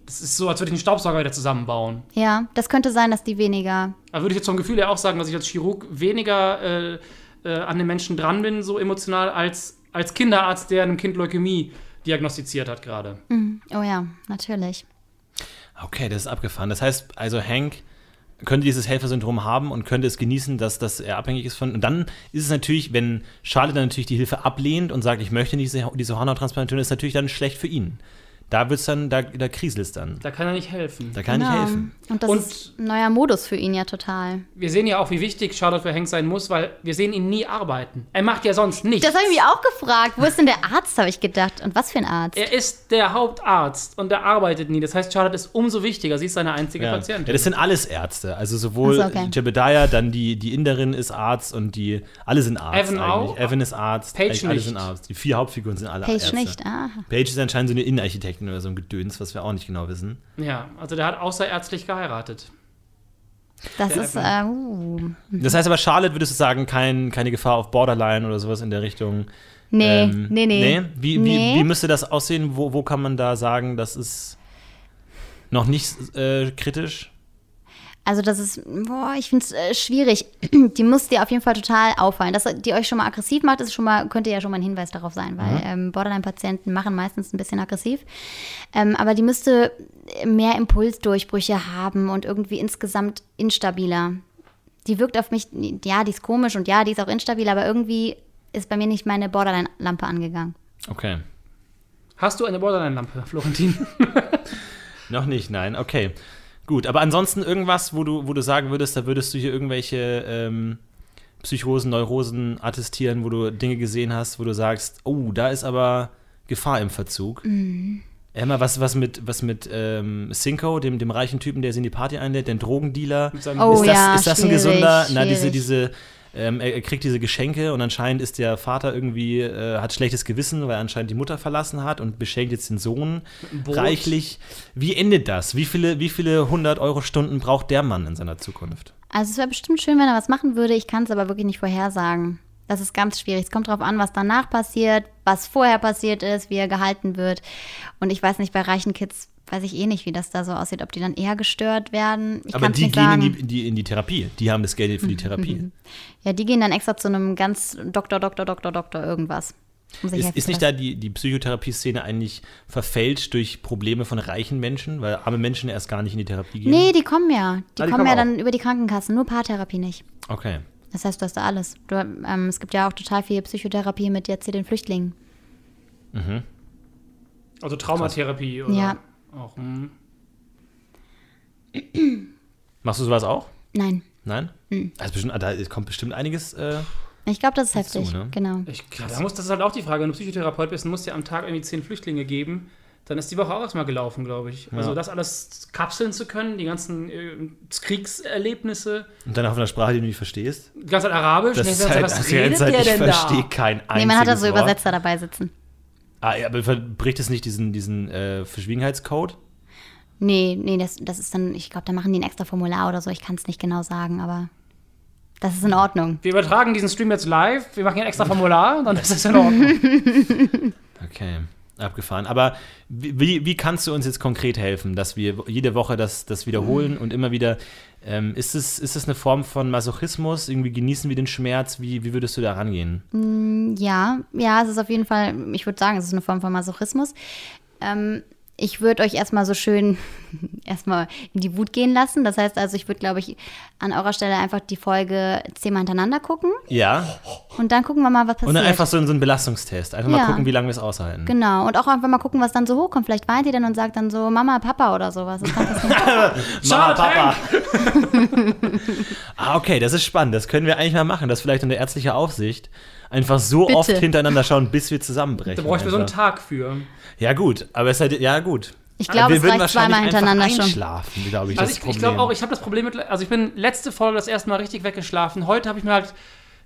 Speaker 1: Das ist so, als würde ich einen Staubsauger wieder zusammenbauen.
Speaker 3: ja, das könnte sein, dass die weniger.
Speaker 1: Da würde ich jetzt vom Gefühl her auch sagen, dass ich als Chirurg weniger äh, äh, an den Menschen dran bin, so emotional, als, als Kinderarzt, der einem Kind Leukämie diagnostiziert hat gerade.
Speaker 3: Mhm. Oh ja, natürlich.
Speaker 2: Okay, das ist abgefahren. Das heißt, also Hank könnte dieses Helfersyndrom haben und könnte es genießen, dass, dass er abhängig ist von. Und dann ist es natürlich, wenn Charlotte dann natürlich die Hilfe ablehnt und sagt, ich möchte nicht diese, diese Hornhauttransplantation, ist natürlich dann schlecht für ihn. Da wird's dann, da, da kriselt es dann.
Speaker 1: Da kann er nicht helfen.
Speaker 2: Da kann
Speaker 3: Genau.
Speaker 2: ich helfen.
Speaker 3: Und das
Speaker 1: Und-
Speaker 3: ist ein neuer Modus für ihn ja total.
Speaker 1: Wir sehen ja auch, wie wichtig Charlotte für Hank sein muss, weil wir sehen ihn nie arbeiten. Er macht ja sonst nichts.
Speaker 3: Das habe ich mich auch gefragt. Wo ist denn der Arzt, habe ich gedacht. Und was für ein Arzt?
Speaker 1: er ist der Hauptarzt und er arbeitet nie. Das heißt, Charlotte ist umso wichtiger. Sie ist seine einzige
Speaker 2: Ja. ja,
Speaker 1: Patientin.
Speaker 2: das sind alles Ärzte. Also sowohl
Speaker 3: Ach so, okay.
Speaker 2: Jebediah, dann die, die Inderin ist Arzt und die alle sind Arzt.
Speaker 1: Evan
Speaker 2: eigentlich.
Speaker 1: auch?
Speaker 2: Evan ist Arzt.
Speaker 1: Paige
Speaker 2: eigentlich alle
Speaker 1: nicht.
Speaker 2: sind Arzt. Die vier Hauptfiguren sind alle
Speaker 3: Page
Speaker 2: Ärzte.
Speaker 3: nicht. Aha.
Speaker 2: Paige ist anscheinend so eine Innenarchitektin. Geschlechtsverkehrstechnik oder so ein Gedöns, was wir auch nicht genau wissen.
Speaker 1: Ja, also der hat außerärztlich geheiratet.
Speaker 3: Das ist. Äh, uh.
Speaker 2: Das heißt aber, Charlotte, würdest du sagen, kein, keine Gefahr auf Borderline oder sowas in der Richtung?
Speaker 3: Nee,
Speaker 2: Ähm,
Speaker 3: nee, nee.
Speaker 2: Wie,
Speaker 3: Nee.
Speaker 2: Wie, wie müsste das aussehen? Wo, wo kann man da sagen, das ist noch nicht äh, kritisch?
Speaker 3: Also das ist, boah, ich finde es äh, schwierig. Die muss dir auf jeden Fall total auffallen. Dass die euch schon mal aggressiv macht, ist schon mal, könnte ja schon mal ein Hinweis darauf sein, weil ähm, Borderline-Patienten machen meistens ein bisschen aggressiv. Ähm, aber die müsste mehr Impulsdurchbrüche haben und irgendwie insgesamt instabiler. Die wirkt auf mich, ja, die ist komisch und ja, die ist auch instabil, aber irgendwie ist bei mir nicht meine Borderline-Lampe angegangen.
Speaker 2: Okay.
Speaker 1: Hast du eine Borderline-Lampe, Florentin?
Speaker 2: Noch nicht, nein, okay. Gut, aber ansonsten irgendwas, wo du, wo du sagen würdest, da würdest du hier irgendwelche ähm, Psychosen, Neurosen attestieren, wo du Dinge gesehen hast, wo du sagst, oh, da ist aber Gefahr im Verzug.
Speaker 3: Mhm.
Speaker 2: Emma, was, was mit, was mit ähm, Cinco, dem, dem reichen Typen, der sie in die Party einlädt, den Drogendealer?
Speaker 1: Mit seinem-
Speaker 3: Oh,
Speaker 2: ist das,
Speaker 3: ja,
Speaker 2: ist das ein
Speaker 3: schwierig,
Speaker 2: gesunder? Na, diese,
Speaker 3: schwierig.
Speaker 2: diese, ähm, er er kriegt diese Geschenke und anscheinend ist der Vater irgendwie, äh, hat schlechtes Gewissen, weil er anscheinend die Mutter verlassen hat und beschenkt jetzt den Sohn
Speaker 1: einem Boot.
Speaker 2: reichlich. Wie endet das? Wie viele, wie viele 100 Euro Stunden braucht der Mann in seiner Zukunft?
Speaker 3: Also es wäre bestimmt schön, wenn er was machen würde. Ich kann es aber wirklich nicht vorhersagen. Das ist ganz schwierig. Es kommt darauf an, was danach passiert, was vorher passiert ist, wie er gehalten wird. Und ich weiß nicht, bei reichen Kids weiß ich eh nicht, wie das da so aussieht, ob die dann eher gestört werden. Ich
Speaker 2: Aber
Speaker 3: kann's
Speaker 2: die
Speaker 3: nicht
Speaker 2: gehen in
Speaker 3: sagen. Mhm,
Speaker 2: die, in die, in die Therapie. Die haben das Geld für die Therapie.
Speaker 3: ja, die gehen dann extra zu einem ganz Doktor, Doktor, Doktor, Doktor irgendwas. Um sich
Speaker 2: Ist,
Speaker 3: helfen
Speaker 2: ist
Speaker 3: zu
Speaker 2: nicht
Speaker 3: lassen.
Speaker 2: da die, die Psychotherapie-Szene eigentlich verfälscht durch Probleme von reichen Menschen, weil arme Menschen erst gar nicht in die Therapie gehen?
Speaker 3: Nee, die kommen ja. Die,
Speaker 2: Ah, die
Speaker 3: kommen, ja
Speaker 2: kommen
Speaker 3: dann über die Krankenkassen, nur Paartherapie nicht.
Speaker 2: Okay.
Speaker 3: Das heißt, du hast da alles. Du, ähm, es gibt ja auch total viel Psychotherapie mit jetzt hier den Flüchtlingen.
Speaker 1: Also Traumatherapie oder
Speaker 3: Ja.
Speaker 1: auch. hm.
Speaker 2: Machst du sowas auch?
Speaker 3: Nein.
Speaker 2: Nein?
Speaker 3: Hm.
Speaker 2: Also bestimmt, da kommt bestimmt einiges. Äh,
Speaker 3: Ich glaube, das ist
Speaker 2: Ist so,
Speaker 3: heftig.
Speaker 2: ne?
Speaker 3: Genau.
Speaker 1: Ich, da muss, das ist halt auch die Frage, wenn du Psychotherapeut bist, musst du ja am Tag irgendwie zehn Flüchtlinge geben, dann ist die Woche auch erstmal gelaufen, glaube ich. Also
Speaker 2: Ja.
Speaker 1: das alles kapseln zu können, die ganzen äh, Kriegserlebnisse,
Speaker 2: und dann auf einer Sprache, die du nicht verstehst.
Speaker 1: die ganze Zeit Arabisch, ne,
Speaker 2: Das
Speaker 1: und
Speaker 2: ist
Speaker 1: dann
Speaker 2: halt,
Speaker 1: sagst du,
Speaker 2: also jetzt halt, ich verstehe kein einziges
Speaker 3: Nee, man hat da so
Speaker 2: Wort.
Speaker 3: Übersetzer dabei sitzen.
Speaker 2: Ah, ja, aber bricht es nicht diesen, diesen äh, Verschwiegenheitscode?
Speaker 3: Nee, nee, das, das ist dann, ich glaube, da machen die ein extra Formular oder so. Ich kann es nicht genau sagen, aber das ist in Ordnung.
Speaker 1: Wir übertragen diesen Stream jetzt live, wir machen hier ein extra Formular, dann ist das in Ordnung.
Speaker 2: Okay, abgefahren. Aber wie, wie- wie kannst du uns jetzt konkret helfen, dass wir jede Woche das, das wiederholen und immer wieder, ähm, ist, es, ist es eine Form von Masochismus? Irgendwie genießen wir den Schmerz? Wie, wie würdest du da rangehen?
Speaker 3: Ja, ja, es ist auf jeden Fall, ich würde sagen, es ist eine Form von Masochismus. Ähm, ich würde euch erstmal so schön erstmal in die Wut gehen lassen. Das heißt also, ich würde, glaube ich, an eurer Stelle einfach die Folge zehnmal hintereinander gucken
Speaker 2: Ja,
Speaker 3: und dann gucken wir mal, was passiert.
Speaker 2: und dann einfach so, ein- so einen Belastungstest. Einfach mal
Speaker 3: Ja.
Speaker 2: gucken, wie lange wir es aushalten.
Speaker 3: Genau, und auch einfach mal gucken, was dann so hochkommt. Vielleicht weint ihr dann und sagt dann so Mama, Papa oder sowas. Das kann passieren.
Speaker 2: Mama,
Speaker 1: Schade,
Speaker 2: Papa. ah, okay, das ist spannend. Das können wir eigentlich mal machen, dass vielleicht unter ärztlicher Aufsicht einfach so
Speaker 3: Bitte.
Speaker 2: oft hintereinander schauen, bis wir zusammenbrechen.
Speaker 1: Da bräuchten wir so einen
Speaker 2: einfach.
Speaker 1: Tag für.
Speaker 2: Ja, gut, aber es ist halt, ja, gut.
Speaker 3: Ich glaube,
Speaker 2: wir
Speaker 3: es
Speaker 2: würden
Speaker 3: reicht
Speaker 2: wahrscheinlich
Speaker 3: zweimal
Speaker 2: einfach
Speaker 3: hintereinander schon.
Speaker 2: Einschlafen, glaube ich,
Speaker 1: Also
Speaker 2: das
Speaker 1: ich, ich
Speaker 2: Problem.
Speaker 1: glaube auch, ich habe das Problem mit, also ich bin letzte Folge das erste Mal richtig weggeschlafen. Heute habe ich mir halt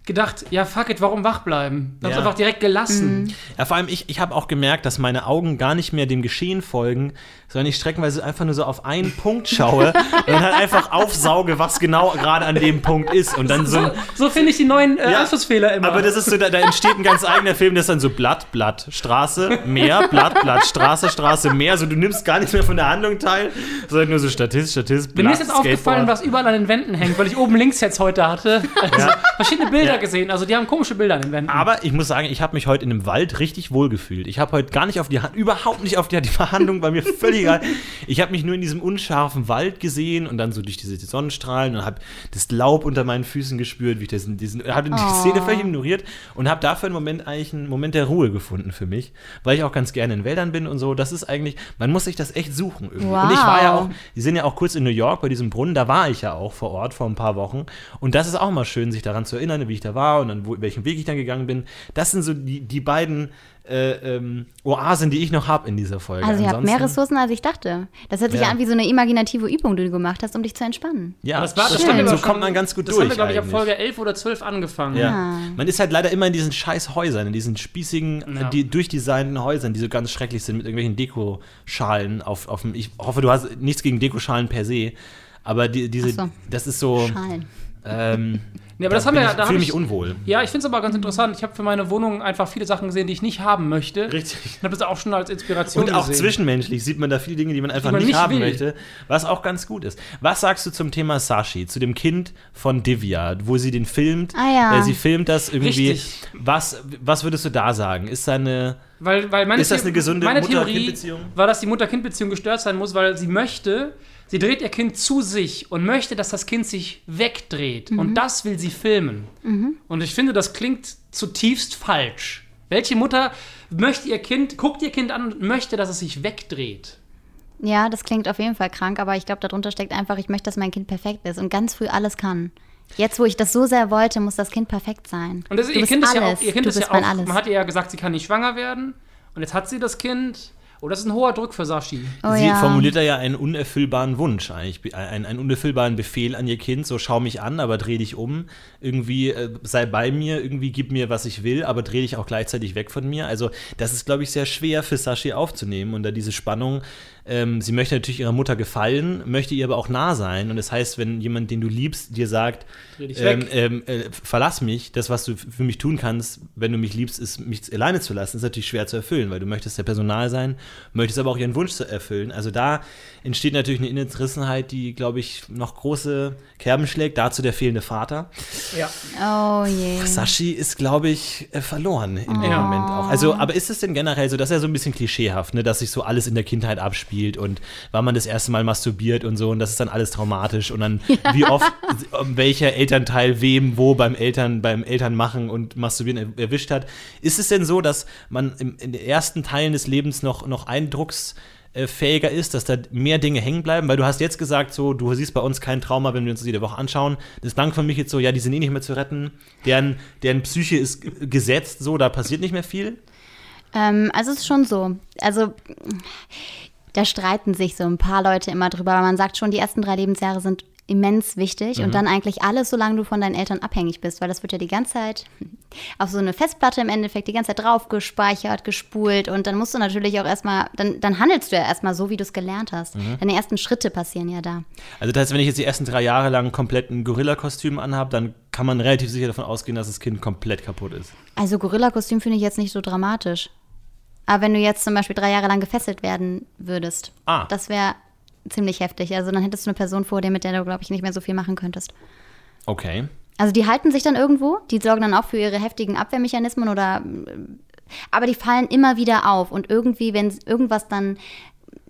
Speaker 1: gedacht, ja fuck it, warum wach bleiben? Ich habe
Speaker 2: Ja.
Speaker 1: einfach direkt gelassen.
Speaker 2: ja, vor allem, ich, ich habe auch gemerkt, dass meine Augen gar nicht mehr dem Geschehen folgen, sondern ich streckenweise einfach nur so auf einen Punkt schaue und dann halt einfach aufsauge, was genau gerade an dem Punkt ist. Und dann so ein,
Speaker 1: So finde ich die neuen äh,
Speaker 2: Ja,
Speaker 1: Anschlussfehler immer.
Speaker 2: Aber das ist so, da, da entsteht ein ganz eigener Film, das ist dann so Blatt, Blatt, Straße, Meer, Blatt, Blatt, Straße, Straße, Meer. So, du nimmst gar nicht mehr von der Handlung teil, sondern nur so Statist, Statist,
Speaker 1: Mir
Speaker 2: Blatt,
Speaker 1: ist jetzt aufgefallen, was überall an den Wänden hängt, weil ich oben links jetzt heute hatte. Also Verschiedene Bilder gesehen. Also die haben komische Bilder an den Wänden.
Speaker 2: Aber ich muss sagen, ich habe mich heute in dem Wald richtig wohl gefühlt. Ich habe heute gar nicht auf die Hand, überhaupt nicht auf die, die Verhandlung, war mir völlig egal. Ich habe mich nur in diesem unscharfen Wald gesehen und dann so durch diese Sonnenstrahlen und habe das Laub unter meinen Füßen gespürt, wie ich das in diesen, habe die Szene völlig ignoriert und habe dafür einen Moment eigentlich einen Moment der Ruhe gefunden für mich, weil ich auch ganz gerne in Wäldern bin und so. Das ist eigentlich, man muss sich das echt suchen irgendwie. Und ich war ja
Speaker 3: Wow.
Speaker 2: auch wir sind ja auch kurz in New York bei diesem Brunnen, da war ich ja auch vor Ort vor ein paar Wochen. Und das ist auch mal schön, sich daran zu erinnern, wie ich da war und dann wo, welchen Weg ich dann gegangen bin. Das sind so die, die beiden äh, ähm, Oasen, die ich noch habe in dieser Folge.
Speaker 3: Also ihr habt mehr
Speaker 2: Ansonsten-
Speaker 3: Ressourcen, als ich dachte. Das hört sich
Speaker 2: Ja.
Speaker 3: ja an wie so eine imaginative Übung, die du gemacht hast, um dich zu entspannen.
Speaker 2: Ja,
Speaker 1: Das war, das
Speaker 3: stimmt.
Speaker 1: haben wir
Speaker 2: so
Speaker 1: aber schon-
Speaker 2: kommt man ganz gut
Speaker 1: das
Speaker 2: durch.
Speaker 1: haben wir, glaube ich, ab
Speaker 2: eigentlich.
Speaker 1: Folge 11 oder 12 angefangen.
Speaker 2: Ja.
Speaker 3: Ah.
Speaker 2: Man ist halt leider immer in diesen scheiß Häusern, in diesen spießigen, äh,
Speaker 1: Ja.
Speaker 2: die, durchdesignten Häusern, die so ganz schrecklich sind mit irgendwelchen Dekoschalen auf, auf dem. Ich hoffe, du hast nichts gegen Dekoschalen per se, aber die, diese,
Speaker 3: Ach so.
Speaker 2: das ist so.
Speaker 3: Schalen.
Speaker 2: Ähm,
Speaker 1: Nee, aber das haben wir ja- da
Speaker 2: ich,
Speaker 1: hab
Speaker 2: fühle
Speaker 1: ich-
Speaker 2: mich unwohl.
Speaker 1: Ja, ich finde es aber ganz interessant. Ich habe für meine Wohnung einfach viele Sachen gesehen, die ich nicht haben möchte.
Speaker 2: Richtig.
Speaker 1: Ich habe das auch schon als Inspiration
Speaker 2: Und auch
Speaker 1: gesehen.
Speaker 2: zwischenmenschlich sieht man da viele Dinge, die man einfach
Speaker 1: man
Speaker 2: nicht,
Speaker 1: nicht
Speaker 2: haben
Speaker 1: will.
Speaker 2: möchte, was auch ganz gut ist. Was sagst du zum Thema Sashi, zu dem Kind von Divya, wo sie den filmt?
Speaker 3: Ah ja.
Speaker 2: Äh, sie filmt das irgendwie.
Speaker 1: Richtig.
Speaker 2: Was, was würdest du da sagen? Ist seine.
Speaker 1: Weil, weil meine
Speaker 2: Ist das
Speaker 1: Theo-
Speaker 2: eine gesunde
Speaker 1: meine Theorie
Speaker 2: Mutter-Kind-Beziehung?
Speaker 1: war, dass die Mutter-Kind-Beziehung gestört sein muss, weil sie möchte, sie dreht ihr Kind zu sich und möchte, dass das Kind sich wegdreht.
Speaker 3: Mhm.
Speaker 1: Und das will sie filmen. Und ich finde, das klingt zutiefst falsch. Welche Mutter möchte ihr Kind, guckt ihr Kind an und möchte, dass es sich wegdreht?
Speaker 3: Ja, das klingt auf jeden Fall krank, aber ich glaube, darunter steckt einfach, ich möchte, dass mein Kind perfekt ist und ganz früh alles kann. Jetzt, wo ich das so sehr wollte, muss das Kind perfekt sein.
Speaker 1: Und das,
Speaker 3: du
Speaker 1: ihr
Speaker 3: bist
Speaker 1: Kind
Speaker 3: alles.
Speaker 1: ist ja auch, ihr Kind
Speaker 3: du
Speaker 1: ist
Speaker 3: bist
Speaker 1: ja auch
Speaker 3: mein alles.
Speaker 1: man hat ihr ja gesagt, sie kann nicht schwanger werden. Und jetzt hat sie das Kind. Oh, das ist ein hoher Druck für Sashi.
Speaker 3: oh,
Speaker 2: sie
Speaker 3: ja.
Speaker 2: formuliert da ja einen unerfüllbaren Wunsch, eigentlich, einen, einen unerfüllbaren Befehl an ihr Kind, so schau mich an, aber dreh dich um, irgendwie äh, sei bei mir, irgendwie gib mir, was ich will, aber dreh dich auch gleichzeitig weg von mir. Also das ist, glaube ich, sehr schwer für Sashi aufzunehmen und da diese Spannung, ähm, sie möchte natürlich ihrer Mutter gefallen, möchte ihr aber auch nah sein und das heißt, wenn jemand, den du liebst, dir sagt,
Speaker 1: Dreh dich
Speaker 2: ähm,
Speaker 1: weg.
Speaker 2: ähm, äh, verlass mich, das, was du f- für mich tun kannst, wenn du mich liebst, ist, mich alleine zu lassen, ist natürlich schwer zu erfüllen, weil du möchtest der Personal sein, möchtest aber auch ihren Wunsch zu erfüllen. Also da entsteht natürlich eine Interessenheit, die, glaube ich, noch große Kerben schlägt. Dazu der fehlende Vater.
Speaker 1: Ja.
Speaker 3: Oh je.
Speaker 2: Sashi ist, glaube ich, äh, verloren in dem
Speaker 1: Ja.
Speaker 2: Moment auch. Also, aber ist es denn generell so, dass er so ein bisschen klischeehaft, ne, dass sich so alles in der Kindheit abspielt und wann man das erste Mal masturbiert und so und das ist dann alles traumatisch und dann wie oft ähm, welcher Elternteil wem wo beim Eltern beim Eltern machen und masturbieren er, erwischt hat. Ist es denn so, dass man im, in den ersten Teilen des Lebens noch noch Eindrucks äh, fähiger ist, dass da mehr Dinge hängen bleiben, weil du hast jetzt gesagt, so, du siehst bei uns kein Trauma, wenn wir uns das jede Woche anschauen. Das klang für mich jetzt so, ja, die sind eh nicht mehr zu retten, deren, deren Psyche ist g- gesetzt, so, da passiert nicht mehr viel.
Speaker 3: Ähm, also es ist schon so. Also da streiten sich so ein paar Leute immer drüber, aber man sagt schon, die ersten drei Lebensjahre sind immens wichtig und dann eigentlich alles, solange du von deinen Eltern abhängig bist, weil das wird ja die ganze Zeit auf so eine Festplatte im Endeffekt die ganze Zeit drauf gespeichert, gespult und dann musst du natürlich auch erstmal, dann, dann handelst du ja erstmal so, wie du es gelernt hast. Deine ersten Schritte passieren ja da.
Speaker 2: Also das heißt, wenn ich jetzt die ersten drei Jahre lang komplett ein Gorilla-Kostüm anhab, dann kann man relativ sicher davon ausgehen, dass das Kind komplett kaputt ist.
Speaker 3: Also Gorilla-Kostüm finde ich jetzt nicht so dramatisch. Aber wenn du jetzt zum Beispiel drei Jahre lang gefesselt werden würdest,
Speaker 2: Ah.
Speaker 3: das wäre ziemlich heftig. Also dann hättest du eine Person vor dir, mit der du, glaube ich, nicht mehr so viel machen könntest.
Speaker 2: Okay.
Speaker 3: Also die halten sich dann irgendwo, die sorgen dann auch für ihre heftigen Abwehrmechanismen oder... ähm, Aber die fallen immer wieder auf und irgendwie, wenn irgendwas dann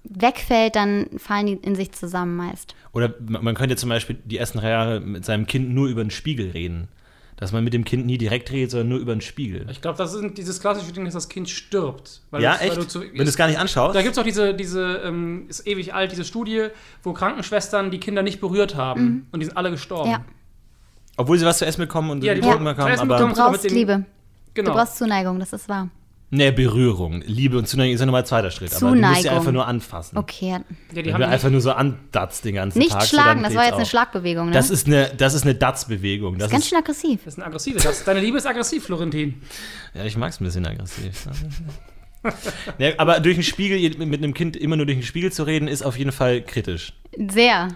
Speaker 3: wegfällt, dann fallen die in sich zusammen meist.
Speaker 2: Oder man man könnte zum Beispiel die ersten drei Jahre mit seinem Kind nur über den Spiegel reden. Dass man mit dem Kind nie direkt redet, sondern nur über den Spiegel.
Speaker 1: Ich glaube, das ist dieses klassische Ding, dass das Kind stirbt. Weil
Speaker 2: ja,
Speaker 1: du- weil
Speaker 2: echt?
Speaker 1: du zu-
Speaker 2: wenn du es gar nicht anschaust.
Speaker 1: Da gibt es auch diese, diese ähm, ist ewig alt, diese Studie, wo Krankenschwestern die Kinder nicht berührt haben und die sind alle gestorben.
Speaker 3: Ja.
Speaker 2: Obwohl sie was zu essen bekommen und
Speaker 1: Ja, die
Speaker 2: Drogen
Speaker 1: Ja.
Speaker 2: bekommen,
Speaker 1: Zu essen
Speaker 2: aber.
Speaker 3: Du
Speaker 1: bekommen.
Speaker 3: brauchst
Speaker 1: mit dem-
Speaker 3: Liebe,
Speaker 1: Genau.
Speaker 3: du brauchst Zuneigung, das ist wahr.
Speaker 2: Nee, ne, Berührung. Liebe und Zuneigung ist ja nochmal ein zweiter Schritt. Aber du musst ja
Speaker 3: Zuneigung.
Speaker 2: einfach nur anfassen.
Speaker 3: Okay, ja.
Speaker 1: ja, die
Speaker 2: Wenn
Speaker 1: haben
Speaker 2: du
Speaker 1: die
Speaker 2: einfach nur so andatzt den ganzen
Speaker 3: nicht
Speaker 2: Tag. so,
Speaker 3: schlagen,
Speaker 2: dann
Speaker 3: das war jetzt
Speaker 2: geht's
Speaker 3: eine
Speaker 2: auch.
Speaker 3: Schlagbewegung, ne?
Speaker 2: Das ist eine, das ist eine Datz-Bewegung. Das
Speaker 3: Ganz
Speaker 2: ist,
Speaker 3: schön aggressiv.
Speaker 1: das ist ein aggressive. Das, deine Liebe ist aggressiv, Florentin.
Speaker 2: ja, ich mag es ein bisschen aggressiv. nee, aber durch den Spiegel, mit einem Kind immer nur durch den Spiegel zu reden, ist auf jeden Fall kritisch.
Speaker 3: Sehr.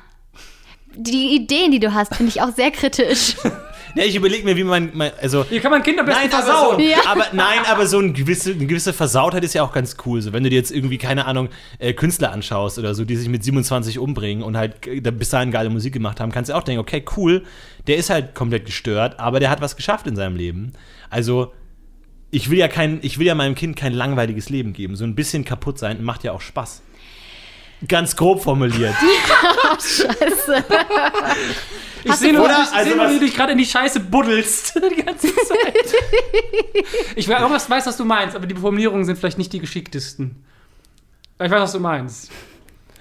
Speaker 3: Die Ideen, die du hast, finde ich auch sehr kritisch.
Speaker 2: Nee, Ne, ich überlege mir, wie man, mein, also
Speaker 1: Hier kann man Kinder besser
Speaker 2: Nein, versauen.
Speaker 3: Ja.
Speaker 2: Aber, nein, aber so ein gewisse, eine gewisse Versautheit ist ja auch ganz cool. So, wenn du dir jetzt irgendwie, keine Ahnung, äh, Künstler anschaust oder so, die sich mit 27 umbringen und halt äh, da bis dahin geile Musik gemacht haben, kannst du auch denken, okay, cool, der ist halt komplett gestört, aber der hat was geschafft in seinem Leben. Also, ich will ja kein, ich will ja meinem Kind kein langweiliges Leben geben. So ein bisschen kaputt sein macht ja auch Spaß. Ganz grob formuliert.
Speaker 1: Ich sehe nur,
Speaker 2: Oder?
Speaker 1: ich
Speaker 2: Also
Speaker 1: seh nur
Speaker 2: was-
Speaker 1: wie du dich gerade in die Scheiße buddelst die ganze Zeit. ich weiß, irgendwas weiß, was du meinst, aber die Formulierungen sind vielleicht nicht die geschicktesten. Aber Ich weiß, was du meinst.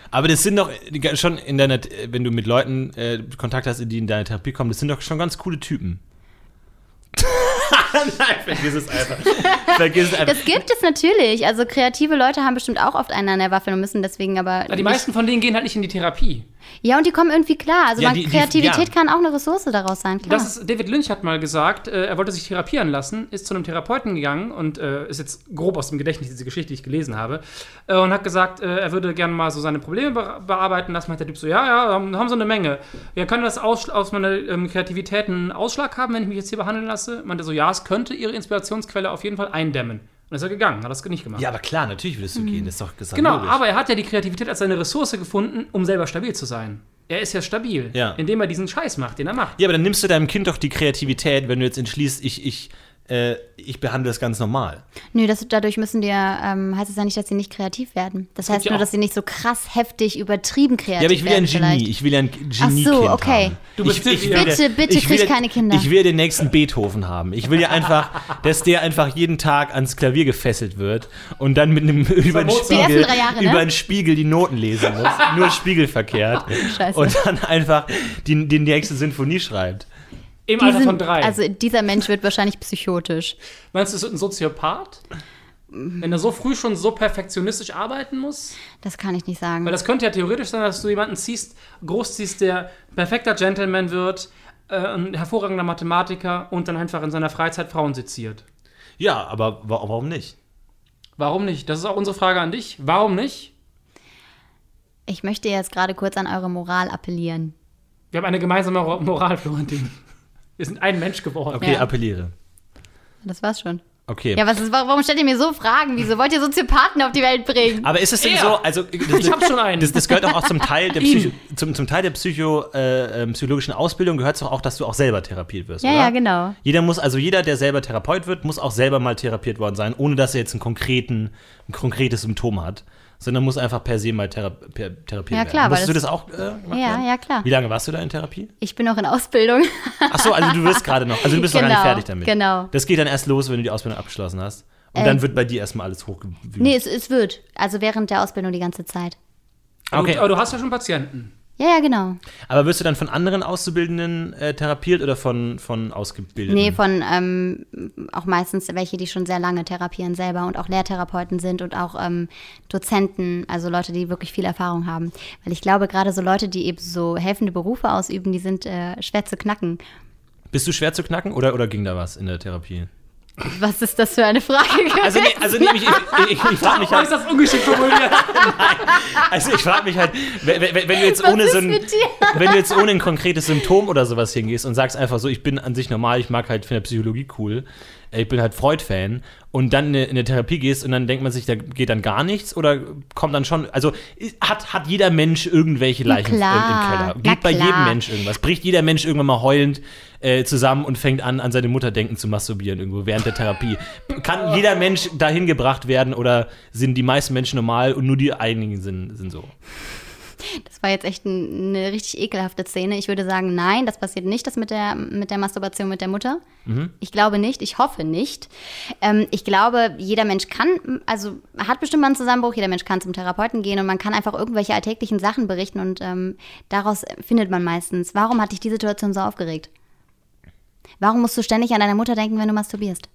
Speaker 2: Aber das sind doch äh, schon in deiner, wenn du mit Leuten äh, Kontakt hast, die in deine Therapie kommen, das sind doch schon ganz coole Typen. Nein, vergiss es einfach. Vergiss es einfach.
Speaker 3: Das gibt es natürlich. Also kreative Leute haben bestimmt auch oft einen an der Waffel und müssen deswegen aber.
Speaker 1: Na, die meisten von denen gehen halt nicht in die Therapie.
Speaker 3: ja, und die kommen irgendwie klar. Also
Speaker 2: Ja,
Speaker 3: man,
Speaker 2: die- die-
Speaker 3: Kreativität
Speaker 2: ja.
Speaker 3: kann auch eine Ressource daraus sein, klar.
Speaker 1: Das ist, David Lynch hat mal gesagt, äh, er wollte sich therapieren lassen, ist zu einem Therapeuten gegangen und äh, ist jetzt grob aus dem Gedächtnis diese Geschichte, die ich gelesen habe, äh, und hat gesagt, äh, er würde gerne mal so seine Probleme be bearbeiten lassen. Hat der Typ so, ja, ja, haben, haben so eine Menge. Ja, könnte das aus, aus meiner ähm, Kreativität einen Ausschlag haben, wenn ich mich jetzt hier behandeln lasse? Meinte so, ja, es könnte ihre Inspirationsquelle auf jeden Fall eindämmen. Und ist er gegangen, hat das nicht gemacht.
Speaker 2: Ja, aber klar, natürlich würdest du gehen, das ist doch gesagt.
Speaker 1: Genau,
Speaker 2: logisch.
Speaker 1: aber er hat ja die Kreativität als seine Ressource gefunden, um selber stabil zu sein. Er ist ja stabil,
Speaker 2: Ja.
Speaker 1: indem er diesen Scheiß macht, den er macht.
Speaker 2: Ja, aber dann nimmst du deinem Kind doch die Kreativität, wenn du jetzt entschließt, ich, ich, äh, ich behandle das ganz normal.
Speaker 3: Nö, das, dadurch müssen die ja, ähm, heißt es ja nicht, dass sie nicht kreativ werden. Das heißt
Speaker 1: ja
Speaker 3: nur,
Speaker 1: auch-
Speaker 3: dass sie nicht so krass, heftig, übertrieben kreativ werden.
Speaker 2: Ja, aber ich will ja ein Genie.
Speaker 3: vielleicht.
Speaker 2: Ich will ja ein Genie.
Speaker 3: Ach so, okay.
Speaker 2: Haben.
Speaker 1: Du bist
Speaker 2: ich, ich
Speaker 1: Bitte,
Speaker 2: will-
Speaker 3: bitte
Speaker 2: ich will-
Speaker 3: krieg keine Kinder.
Speaker 2: Ich will den nächsten Beethoven haben. Ich will ja einfach, dass der einfach jeden Tag ans Klavier gefesselt wird und dann mit einem über den
Speaker 1: Mozart. Die
Speaker 2: Spiegel,
Speaker 3: ersten drei Jahre, ne?
Speaker 2: über den Spiegel die Noten lesen muss. Nur spiegelverkehrt.
Speaker 3: Scheiße.
Speaker 2: Und dann einfach die, die nächste Sinfonie schreibt.
Speaker 1: Im
Speaker 3: Die
Speaker 1: Alter von
Speaker 3: sind-
Speaker 1: drei.
Speaker 3: Also dieser Mensch wird wahrscheinlich psychotisch.
Speaker 1: Meinst du, es wird ein Soziopath? Wenn er so früh schon so perfektionistisch arbeiten muss?
Speaker 3: Das kann ich nicht sagen.
Speaker 1: Weil das könnte ja theoretisch sein, dass du jemanden ziehst, großziehst, der perfekter Gentleman wird, äh, ein hervorragender Mathematiker und dann einfach in seiner Freizeit Frauen seziert.
Speaker 2: Ja, aber wa warum nicht?
Speaker 1: Warum nicht? Das ist auch unsere Frage an dich. Warum nicht?
Speaker 3: Ich möchte jetzt gerade kurz an eure Moral appellieren.
Speaker 1: Wir haben eine gemeinsame Ro- Moral, Florentin. Wir sind ein Mensch geworden.
Speaker 2: Okay,
Speaker 3: Ja.
Speaker 2: appelliere.
Speaker 3: Das war's schon.
Speaker 2: Okay.
Speaker 3: Ja, was ist, warum stellt ihr mir so Fragen? Wieso wollt ihr Soziopathen auf die Welt bringen?
Speaker 2: Aber ist es denn
Speaker 1: Er.
Speaker 2: so, also das,
Speaker 1: Ich hab schon einen.
Speaker 2: Das, das gehört doch auch zum Teil der, Psycho, zum, zum Teil der Psycho, äh, ähm, psychologischen Ausbildung gehört es doch auch, dass du auch selber therapiert wirst,
Speaker 3: Ja,
Speaker 2: oder?
Speaker 3: ja, genau.
Speaker 2: Jeder muss, also jeder, der selber Therapeut wird, muss auch selber mal therapiert worden sein, ohne dass er jetzt einen konkreten, ein konkretes Symptom hat. Sondern muss einfach per se mal thera per therapiert
Speaker 3: Ja,
Speaker 2: werden.
Speaker 3: klar, weil
Speaker 2: Musstest du
Speaker 3: das-
Speaker 2: das auch äh, gemacht
Speaker 3: Ja,
Speaker 2: werden?
Speaker 3: ja, klar.
Speaker 2: Wie lange warst du da in Therapie?
Speaker 3: Ich bin auch in Ausbildung.
Speaker 2: Ach so, also du wirst gerade noch, also du bist noch gar
Speaker 3: Genau,
Speaker 2: nicht fertig damit.
Speaker 3: genau.
Speaker 2: Das geht dann erst los, wenn du die Ausbildung abgeschlossen hast. Und
Speaker 3: Äh,
Speaker 2: dann wird bei dir erstmal alles hochgewühlt.
Speaker 3: nee, es, es wird. Also während der Ausbildung die ganze Zeit.
Speaker 2: okay.
Speaker 1: Und, aber du hast ja schon Patienten.
Speaker 3: Ja, ja, genau.
Speaker 2: Aber wirst du dann von anderen Auszubildenden äh, therapiert oder von, von Ausgebildeten?
Speaker 3: Nee, von ähm, auch meistens welche, die schon sehr lange therapieren selber und auch Lehrtherapeuten sind und auch ähm, Dozenten, also Leute, die wirklich viel Erfahrung haben. Weil ich glaube, gerade so Leute, die eben so helfende Berufe ausüben, die sind äh, schwer zu knacken.
Speaker 2: Bist du schwer zu knacken oder, oder ging da was in der Therapie?
Speaker 3: Was ist das für eine Frage?
Speaker 2: Also, nee, also nee, ich, ich, ich, ich, ich frage mich
Speaker 1: Warum ist
Speaker 2: halt,
Speaker 1: das ungeschickt formuliert?
Speaker 2: also ich frag mich halt wenn, wenn, wenn du jetzt
Speaker 3: Was
Speaker 2: ohne
Speaker 3: ist
Speaker 2: so ein,
Speaker 3: mit dir?
Speaker 2: wenn du jetzt ohne ein konkretes Symptom oder sowas hingehst und sagst einfach so, ich bin an sich normal, ich mag halt, finde Psychologie cool, äh, ich bin halt Freud-Fan und dann in eine, in eine Therapie gehst und dann denkt man sich, da geht dann gar nichts oder kommt dann schon, also i- hat, hat jeder Mensch irgendwelche Leichen im, im
Speaker 3: klar,
Speaker 2: Keller.
Speaker 3: na
Speaker 2: Geht bei
Speaker 3: klar.
Speaker 2: jedem Mensch irgendwas. Bricht jeder Mensch irgendwann mal heulend äh, zusammen und fängt an, an seine Mutter denken zu masturbieren irgendwo während der Therapie.
Speaker 3: Oh.
Speaker 2: Kann jeder Mensch dahin gebracht werden oder sind die meisten Menschen normal und nur die einigen sind, sind so?
Speaker 3: Das war jetzt echt ein, eine richtig ekelhafte Szene. Ich würde sagen, nein, das passiert nicht, das mit der, mit der Masturbation mit der Mutter.
Speaker 2: Mhm.
Speaker 3: Ich glaube nicht, ich hoffe nicht. Ähm, ich glaube, jeder Mensch kann, also hat bestimmt mal einen Zusammenbruch, jeder Mensch kann zum Therapeuten gehen und man kann einfach irgendwelche alltäglichen Sachen berichten und ähm, daraus findet man meistens, warum hat dich die Situation so aufgeregt? Warum musst du ständig an deine Mutter denken, wenn du masturbierst?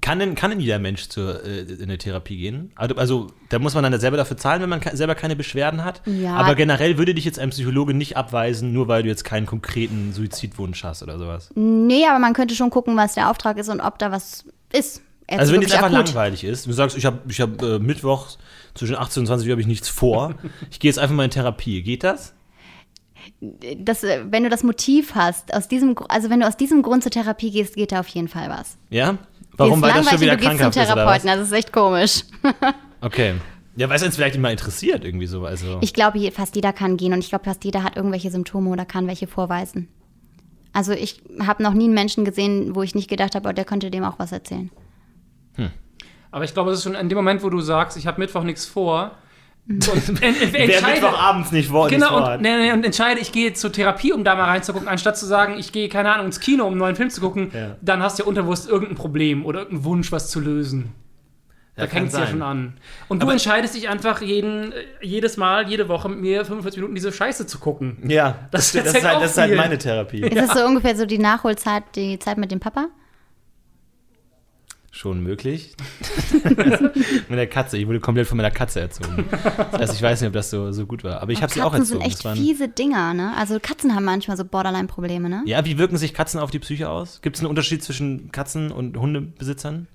Speaker 2: Kann denn, kann denn jeder Mensch zur, äh, in eine Therapie gehen? Also, also da muss man dann selber dafür zahlen, wenn man ke selber keine Beschwerden hat.
Speaker 3: Ja.
Speaker 2: Aber generell würde dich jetzt ein Psychologe nicht abweisen, nur weil du jetzt keinen konkreten Suizidwunsch hast oder sowas.
Speaker 3: Nee, aber man könnte schon gucken, was der Auftrag ist und ob da was ist. Jetzt
Speaker 2: also wenn jetzt
Speaker 3: wirklich
Speaker 2: einfach
Speaker 3: akut.
Speaker 2: langweilig ist, du sagst, ich habe ich hab, äh, Mittwochs zwischen 18 und 20 Uhr habe ich nichts vor, ich gehe jetzt einfach mal in Therapie. Geht das?
Speaker 3: das, äh, wenn du das Motiv hast, aus diesem, Gr- also wenn du aus diesem Grund zur Therapie gehst, geht da auf jeden Fall was.
Speaker 2: Ja? Warum?
Speaker 3: Dir ist
Speaker 2: Weil das schon
Speaker 3: langweilig,
Speaker 2: wieder
Speaker 3: du gehst zum
Speaker 2: krankhaft ist oder
Speaker 3: Therapeuten,
Speaker 2: was?
Speaker 3: das ist echt komisch.
Speaker 2: Okay. Ja, weil es uns vielleicht mal interessiert irgendwie so. Also.
Speaker 3: Ich glaube, je- fast jeder kann gehen und ich glaube, fast jeder hat irgendwelche Symptome oder kann welche vorweisen. Also ich habe noch nie einen Menschen gesehen, wo ich nicht gedacht habe, oh, der könnte dem auch was erzählen.
Speaker 1: Aber ich glaube, es ist schon in dem Moment, wo du sagst, ich habe Mittwoch nichts vor. Und, und, und,
Speaker 2: Hm. Wer Mittwochabends nicht vor nichts
Speaker 1: Genau,
Speaker 2: vor
Speaker 1: und, nee, nee, und entscheide, ich gehe zur Therapie, um da mal reinzugucken, anstatt zu sagen, ich gehe, keine Ahnung, ins Kino, um einen neuen Film zu gucken,
Speaker 2: Ja.
Speaker 1: dann hast du ja unterbewusst irgendein Problem oder irgendeinen Wunsch, was zu lösen. Da
Speaker 2: kann
Speaker 1: fängt es ja
Speaker 2: sein.
Speaker 1: schon an. Und du entscheidest dich einfach jeden, jedes Mal, jede Woche mit mir 45 Minuten diese Scheiße zu gucken.
Speaker 2: Ja,
Speaker 1: Das ist
Speaker 2: das, das,
Speaker 1: halt
Speaker 2: ist, halt,
Speaker 1: auch
Speaker 2: das ist halt
Speaker 1: viel.
Speaker 2: meine Therapie.
Speaker 3: Ist das so ungefähr so die Nachholzeit, die Zeit mit dem Papa?
Speaker 2: Schon möglich. mit der Katze. Ich wurde komplett von meiner Katze erzogen. Also ich weiß nicht, ob das so, so gut war. Aber ich habe sie auch
Speaker 3: Katzen
Speaker 2: erzogen.
Speaker 3: sind echt
Speaker 2: Das waren-
Speaker 3: fiese Dinger, ne? Also Katzen haben manchmal so Borderline-Probleme, ne?
Speaker 2: ja, wie wirken sich Katzen auf die Psyche aus? Gibt es einen Unterschied zwischen Katzen und Hundebesitzern?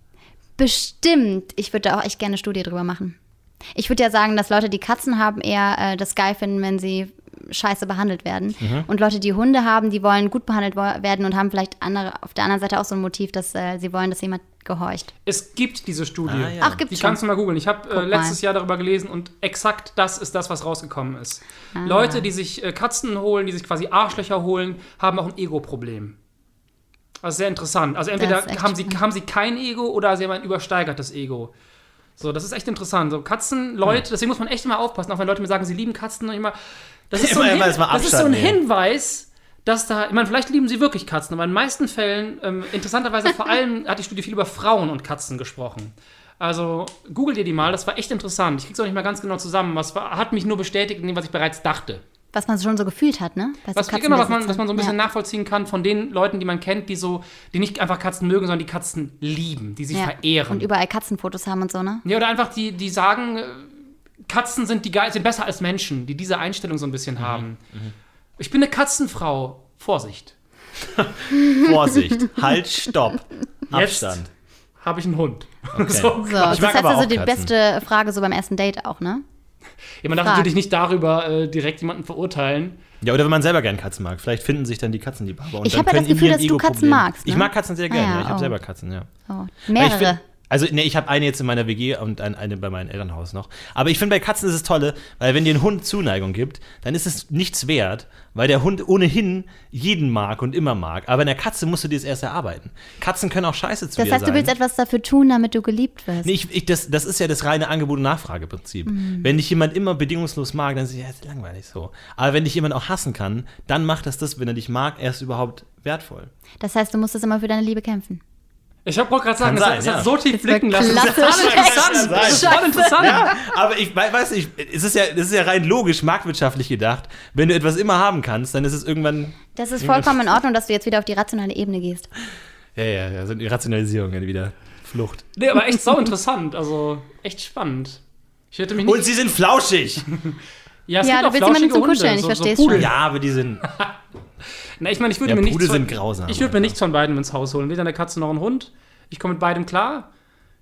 Speaker 3: Bestimmt. Ich würde da auch echt gerne eine Studie drüber machen. Ich würde ja sagen, dass Leute, die Katzen haben, eher äh, das geil finden, wenn sie scheiße behandelt werden.
Speaker 1: Mhm.
Speaker 3: Und Leute, die Hunde haben, die wollen gut behandelt wo- werden und haben vielleicht andere, auf der anderen Seite auch so ein Motiv, dass äh, sie wollen, dass jemand gehorcht.
Speaker 1: Es gibt diese Studie.
Speaker 2: Ah, ja.
Speaker 3: Ach,
Speaker 1: Die
Speaker 3: gibt's schon.
Speaker 1: kannst du mal googeln. Ich habe äh,
Speaker 3: mal.
Speaker 1: letztes Jahr darüber gelesen und exakt das ist das, was rausgekommen ist.
Speaker 3: Ah.
Speaker 1: Leute, die sich äh, Katzen holen, die sich quasi Arschlöcher holen, haben auch ein Ego-Problem. Also sehr interessant. Also entweder
Speaker 3: ist echt
Speaker 1: haben sie, haben sie kein Ego oder sie haben ein übersteigertes Ego. So, das ist echt interessant. So Katzen, Leute, deswegen muss man echt immer aufpassen, auch wenn Leute mir sagen, sie lieben Katzen und immer. Das ist, so ein,
Speaker 2: Immer- immer
Speaker 1: Hin
Speaker 2: erstmal
Speaker 1: das ist so ein
Speaker 2: Abstand nehmen.
Speaker 1: Hinweis, dass da, ich meine, vielleicht lieben sie wirklich Katzen, aber in den meisten Fällen, ähm, interessanterweise vor allem, hat die Studie viel über Frauen und Katzen gesprochen. Also googelt ihr die mal, das war echt interessant. Ich krieg's auch nicht mehr ganz genau zusammen. Was war, hat mich nur bestätigt in dem, was ich bereits dachte.
Speaker 3: Was man schon so gefühlt hat, ne? Bei so
Speaker 1: Was, genau, was man,
Speaker 3: Katzenbesitzern.
Speaker 1: was man so ein bisschen
Speaker 3: Also ja.
Speaker 1: nachvollziehen kann von den Leuten, die man kennt, die so, die nicht einfach Katzen mögen, sondern die Katzen lieben, die sich
Speaker 3: ja.
Speaker 1: verehren.
Speaker 3: Und überall Katzenfotos haben und so, ne?
Speaker 1: Ja, oder einfach die, die sagen, äh, Katzen sind, die geil, sind besser als Menschen, die diese Einstellung so ein
Speaker 2: Mhm,
Speaker 1: bisschen haben. Ich bin eine Katzenfrau. Vorsicht.
Speaker 4: Vorsicht, halt, stopp.
Speaker 1: Jetzt.
Speaker 4: Abstand.
Speaker 1: Habe ich einen Hund. So.
Speaker 3: So, das
Speaker 4: mag
Speaker 3: heißt
Speaker 4: aber
Speaker 3: also
Speaker 4: auch
Speaker 3: die
Speaker 4: Katzen.
Speaker 3: beste Frage so beim ersten Date auch, ne?
Speaker 1: Ja, man darf
Speaker 3: Frag.
Speaker 1: natürlich nicht darüber äh, direkt jemanden verurteilen.
Speaker 2: Ja, oder wenn man selber gern Katzen mag. Vielleicht finden sich dann die Katzen Liebhaber. und
Speaker 3: Ich
Speaker 2: dann
Speaker 3: hab ja das
Speaker 2: können in
Speaker 3: Gefühl,
Speaker 2: ihren
Speaker 3: dass du Katzen
Speaker 2: Ego-Problemen-
Speaker 3: magst, ne?
Speaker 2: Ich mag Katzen sehr gerne.
Speaker 3: Ah ja,
Speaker 2: ja, ich
Speaker 3: oh.
Speaker 2: habe selber Katzen, ja.
Speaker 3: So.
Speaker 2: Aber Ich
Speaker 3: Mehrere.
Speaker 2: find, also, nee, ich habe eine jetzt in meiner WG und ein, eine bei meinem Elternhaus noch. Aber ich finde, bei Katzen ist es tolle, weil wenn dir ein Hund Zuneigung gibt, dann ist es nichts wert, weil der Hund ohnehin jeden mag und immer mag. Aber in der Katze musst du dir das erst erarbeiten. Katzen können auch scheiße zu
Speaker 3: Das
Speaker 2: dir
Speaker 3: heißt,
Speaker 2: sein.
Speaker 3: du willst etwas dafür tun, damit du geliebt wirst.
Speaker 2: Nee, ich, ich, das, das ist ja das reine Angebot- und Nachfrageprinzip. Wenn dich jemand immer bedingungslos mag, dann ist es ja, ist langweilig so. Aber wenn dich jemand auch hassen kann, dann macht das das, wenn er dich mag, erst überhaupt wertvoll.
Speaker 3: Das heißt, du musstest immer für deine Liebe kämpfen.
Speaker 1: Ich wollte gerade sagen,
Speaker 2: Kann
Speaker 1: das,
Speaker 2: sein,
Speaker 1: hat- das
Speaker 2: ja.
Speaker 1: hat so tief blicken lassen.
Speaker 3: klassisch.
Speaker 1: Das ist interessant. Das ist voll interessant.
Speaker 2: Aber ich wei- weiß nicht, es ist ja, es ist ja rein logisch, marktwirtschaftlich gedacht. Wenn du etwas immer haben kannst, dann ist es irgendwann.
Speaker 3: Das ist vollkommen in Ordnung, dass du jetzt wieder auf die rationale Ebene gehst.
Speaker 2: Ja, ja, ja, sind Irrationalisierungen wieder. Flucht.
Speaker 1: Nee, aber echt sau interessant. Also echt spannend. Ich hätte mich
Speaker 2: Und
Speaker 1: nicht.
Speaker 2: sie sind flauschig!
Speaker 1: Ja, es gibt
Speaker 3: Ja, du
Speaker 1: auch
Speaker 3: willst jemanden
Speaker 1: flauschige
Speaker 3: zum
Speaker 1: Hunde,
Speaker 3: Kuscheln, ich
Speaker 1: so,
Speaker 3: versteh's
Speaker 1: so Pudel.
Speaker 2: ja, aber die sind.
Speaker 1: Na, ich meine, ich würde
Speaker 2: Ja,
Speaker 1: mir nichts
Speaker 2: Pudel
Speaker 1: von-
Speaker 2: sind grausam.
Speaker 1: Ich würde mir nichts von beidem ins Haus holen. Weder eine Katze noch einen Hund. Ich komme mit beidem klar.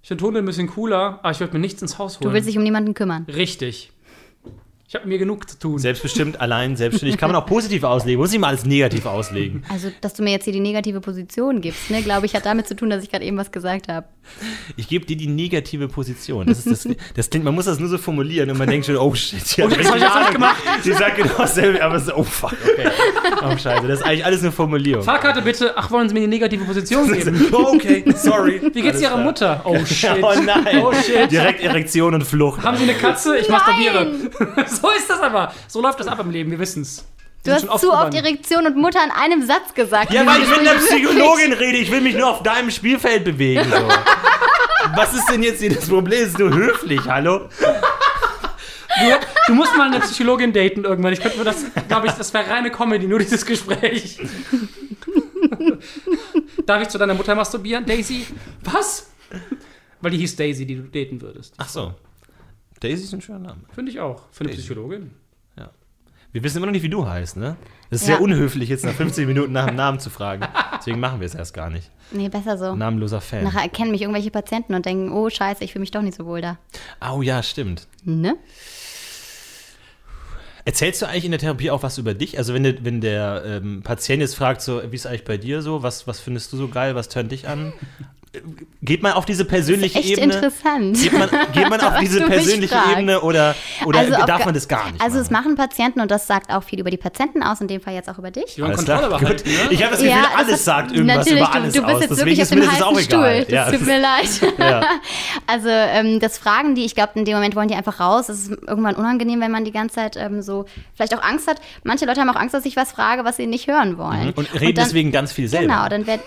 Speaker 1: Ich finde Hunde ein bisschen cooler, aber ich würde mir nichts ins Haus holen.
Speaker 3: Du willst dich um niemanden kümmern.
Speaker 1: Richtig. Ich habe mir genug zu tun.
Speaker 2: Selbstbestimmt, allein, selbstständig. Kann man auch positiv auslegen. Muss nicht mal als negativ auslegen.
Speaker 3: Also, dass du mir jetzt hier die negative Position gibst, ne, glaube ich, hat damit zu tun, dass ich gerade eben was gesagt habe.
Speaker 2: Ich gebe dir die negative Position. Das, ist das, das klingt, man muss das nur so formulieren und man denkt schon, oh shit, ja,
Speaker 1: Oh, das hab ich jetzt nicht gemacht.
Speaker 2: Die sagt genau dasselbe, aber so, oh fuck, okay. Oh scheiße, das ist eigentlich alles eine Formulierung.
Speaker 1: Fahrkarte bitte. Ach, wollen Sie mir die negative Position geben?
Speaker 2: Oh, okay, sorry.
Speaker 1: Wie geht's Ihrer Mutter? Oh shit.
Speaker 2: Oh nein.
Speaker 1: Oh shit.
Speaker 2: Direkt Erektion und Flucht.
Speaker 1: Haben Sie eine Katze? Ich masturbiere. so ist das aber. So läuft das ab im Leben, wir wissen's.
Speaker 3: Du hast zu oft Erektion und Mutter in einem Satz gesagt.
Speaker 2: ja, weil ich mit einer
Speaker 3: Wirklich.
Speaker 2: Psychologin rede, ich will mich nur auf deinem Spielfeld bewegen. So. Was ist denn jetzt hier das Problem? Ist nur höflich, hallo?
Speaker 1: Du, du musst mal eine Psychologin daten irgendwann. Ich könnte mir das, glaube ich, das wäre reine Comedy, nur dieses Gespräch. Darf ich zu deiner Mutter masturbieren, Daisy? Was? Weil die hieß Daisy, die du daten würdest.
Speaker 2: Ach so. Daisy ist ein schöner Name.
Speaker 1: Finde ich auch. Für eine
Speaker 2: Daisy.
Speaker 1: Psychologin.
Speaker 2: Wir wissen immer noch nicht, wie du heißt, ne? Das ist
Speaker 3: Ja.
Speaker 2: sehr unhöflich, jetzt nach 15 Minuten nach dem Namen zu fragen. Deswegen machen wir es erst gar nicht.
Speaker 3: Nee, besser so.
Speaker 2: Namenloser Fan.
Speaker 3: Nachher erkennen mich irgendwelche Patienten und denken, oh Scheiße, ich fühle mich doch nicht so wohl da.
Speaker 2: Au ja, stimmt.
Speaker 3: Ne?
Speaker 2: Erzählst du eigentlich in der Therapie auch was über dich? Also wenn der, wenn der ähm, Patient jetzt fragt, so, wie ist eigentlich bei dir so? Was, was findest du so geil? Was tönt dich an? Äh, Geht man auf diese persönliche
Speaker 3: Echt
Speaker 2: Ebene?
Speaker 3: interessant.
Speaker 2: Geht man, geht man auf
Speaker 3: Was
Speaker 2: diese
Speaker 3: du mich
Speaker 2: persönliche
Speaker 3: fragst.
Speaker 2: Ebene oder, oder
Speaker 3: Also auf
Speaker 2: darf
Speaker 3: ga-
Speaker 2: man das gar nicht?
Speaker 3: Also es
Speaker 2: machen?
Speaker 3: machen Patienten und das sagt auch viel über die Patienten aus, in dem Fall jetzt auch über dich.
Speaker 1: Die wollen
Speaker 2: Alles klar,
Speaker 1: Kontrolle behalten.
Speaker 2: gut.
Speaker 1: Ne?
Speaker 2: Ich habe das Gefühl, alles
Speaker 3: es-
Speaker 2: sagt irgendwas
Speaker 3: natürlich,
Speaker 2: über alles
Speaker 3: du, du bist
Speaker 2: aus.
Speaker 3: jetzt
Speaker 2: Deswegen
Speaker 3: wirklich auf
Speaker 2: ist
Speaker 3: dem
Speaker 2: mir das
Speaker 3: heißen
Speaker 2: auch egal.
Speaker 3: Stuhl. Das tut mir leid. Also ähm, das Fragen, die ich glaube, in dem Moment wollen die einfach raus. Es ist irgendwann unangenehm, wenn man die ganze Zeit ähm, so vielleicht auch Angst hat. Manche Leute haben auch Angst, dass ich was frage, was sie nicht hören wollen.
Speaker 2: Mhm. Und reden
Speaker 3: Mhm. dann-
Speaker 2: deswegen ganz viel selber.
Speaker 3: Genau, dann wird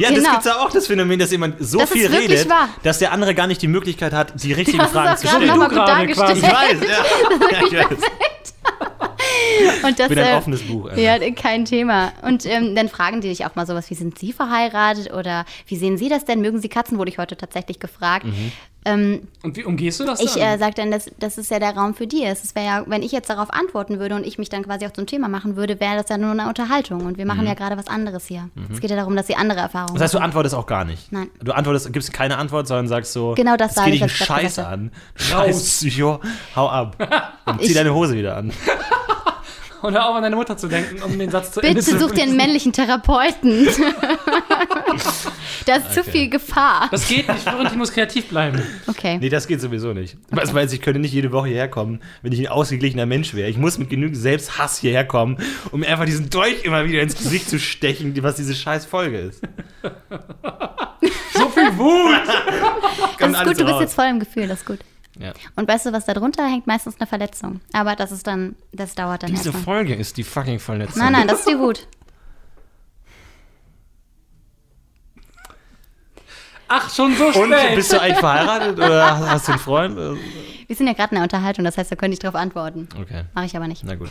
Speaker 2: Ja, das
Speaker 3: Genau.
Speaker 2: gibt's ja auch, das Phänomen, dass jemand so
Speaker 3: Das ist
Speaker 2: viel
Speaker 3: wirklich
Speaker 2: redet,
Speaker 3: wahr.
Speaker 2: dass der andere gar nicht die Möglichkeit hat, die richtigen
Speaker 3: Das ist
Speaker 2: Fragen
Speaker 3: auch
Speaker 2: zu
Speaker 3: gerade
Speaker 2: stellen.
Speaker 3: nochmal
Speaker 1: Du
Speaker 3: gut
Speaker 1: gerade quasi.
Speaker 3: dargestellt.
Speaker 2: Ich weiß, ja. ja ich weiß.
Speaker 3: Und das,
Speaker 2: Wieder ein
Speaker 3: äh,
Speaker 2: offenes Buch. Alter.
Speaker 3: Ja, kein Thema. Und ähm, dann fragen die dich auch mal sowas, wie sind Sie verheiratet oder wie sehen Sie das denn? Mögen Sie Katzen? Wurde ich heute tatsächlich gefragt.
Speaker 2: Mhm.
Speaker 3: Ähm,
Speaker 1: Und wie umgehst du das
Speaker 3: ich äh,
Speaker 1: dann?
Speaker 3: sage dann, das, das ist ja der Raum für die. Es ist- wäre ja, wenn ich jetzt darauf antworten würde und ich mich dann quasi auch zum Thema machen würde, wäre das ja nur eine Unterhaltung. Und wir machen
Speaker 2: Mhm.
Speaker 3: ja gerade was anderes hier. Es geht ja darum, dass sie andere Erfahrungen
Speaker 2: Das heißt, du antwortest auch gar nicht.
Speaker 3: Nein.
Speaker 2: Du antwortest, gibst keine Antwort, sondern sagst so,
Speaker 3: Genau das
Speaker 2: das
Speaker 3: sage
Speaker 2: geht
Speaker 3: ich,
Speaker 2: dich einen
Speaker 3: was ich gerade
Speaker 2: Scheiß
Speaker 3: gesagt
Speaker 2: an. Scheiß Psycho, hau ab. Und zieh
Speaker 3: Ich-
Speaker 2: deine Hose wieder an.
Speaker 1: Und hör auf, an deine Mutter zu denken, um den Satz zu Ende zu
Speaker 3: äh, Bitte such dir einen männlichen Therapeuten. da ist zu viel Gefahr.
Speaker 1: Das geht nicht, Florentin muss kreativ bleiben.
Speaker 3: Okay.
Speaker 2: Nee, das geht sowieso nicht. Was meinst du, ich könnte nicht jede Woche hierher kommen, wenn ich ein ausgeglichener Mensch wäre. Ich muss mit genügend Selbsthass hierher kommen, um einfach diesen Dolch immer wieder ins Gesicht zu stechen, die- was diese scheiß Folge ist.
Speaker 1: So viel Wut!
Speaker 3: Das ist
Speaker 2: alles
Speaker 3: gut, du bist
Speaker 2: raus.
Speaker 3: jetzt voll im Gefühl, das ist gut.
Speaker 2: Ja.
Speaker 3: Und weißt du, was da drunter hängt? Meistens eine Verletzung. Aber das ist dann, das dauert dann erstmal.
Speaker 2: Folge ist die fucking Verletzung.
Speaker 3: Nein, nein, das ist die Wut.
Speaker 1: Ach, schon so
Speaker 2: Und
Speaker 1: schnell.
Speaker 2: bist du eigentlich verheiratet oder hast du einen Freund?
Speaker 3: Wir sind ja gerade in der Unterhaltung, das heißt, da könnte ich drauf antworten.
Speaker 2: Okay.
Speaker 3: Mache ich aber nicht.
Speaker 2: Na gut.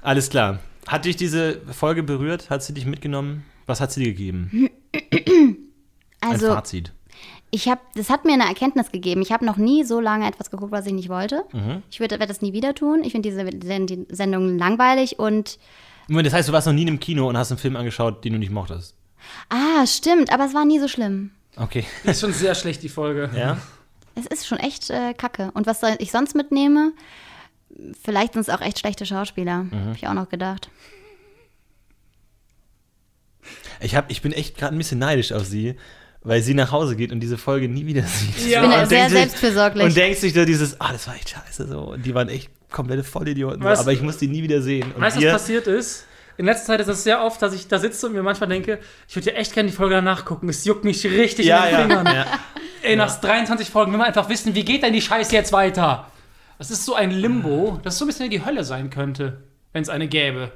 Speaker 2: Alles klar. Hat dich diese Folge berührt? Hat sie dich mitgenommen? Was hat sie dir gegeben? Ein
Speaker 3: Also,
Speaker 2: Fazit.
Speaker 3: ich habe, das hat mir eine Erkenntnis gegeben. Ich habe noch nie so lange etwas geguckt, was ich nicht wollte. Ich werde werd das nie wieder tun. Ich finde diese Sen- die Sendung langweilig und,
Speaker 2: Moment, Das heißt, du warst noch nie in einem Kino und hast einen Film angeschaut, den du nicht mochtest.
Speaker 3: ah, stimmt, aber es war nie so schlimm.
Speaker 2: Okay.
Speaker 1: ist schon sehr schlecht, die Folge.
Speaker 2: Ja?
Speaker 3: Es ist schon echt äh, kacke. Und was soll ich sonst mitnehme? Vielleicht sind es auch echt schlechte Schauspieler. Habe ich auch noch gedacht.
Speaker 2: Ich, hab, ich bin echt gerade ein bisschen neidisch auf sie, weil sie nach Hause geht und diese Folge nie wieder sieht.
Speaker 1: Ja.
Speaker 3: Ich bin
Speaker 2: Und
Speaker 3: sehr
Speaker 2: denkt sich-
Speaker 3: selbstfürsorglich.
Speaker 2: Und denkst dich da dieses, ah, das war echt scheiße so. Und die waren echt komplette Vollidioten. So,
Speaker 1: Weißt-
Speaker 2: aber ich muss die nie wieder sehen. Und
Speaker 1: Weißt du,
Speaker 2: wir-
Speaker 1: was passiert ist? In letzter Zeit ist es sehr oft, dass ich da sitze und mir manchmal denke, ich würde ja echt gerne die Folge danach gucken. Es juckt mich richtig
Speaker 2: ja,
Speaker 1: in den
Speaker 2: ja,
Speaker 1: Fingern.
Speaker 2: ja.
Speaker 1: Ey, nach 23 Folgen will man einfach wissen, wie geht denn die Scheiße jetzt weiter? Das ist so ein Limbo, das so ein bisschen wie die Hölle sein könnte, wenn es eine gäbe.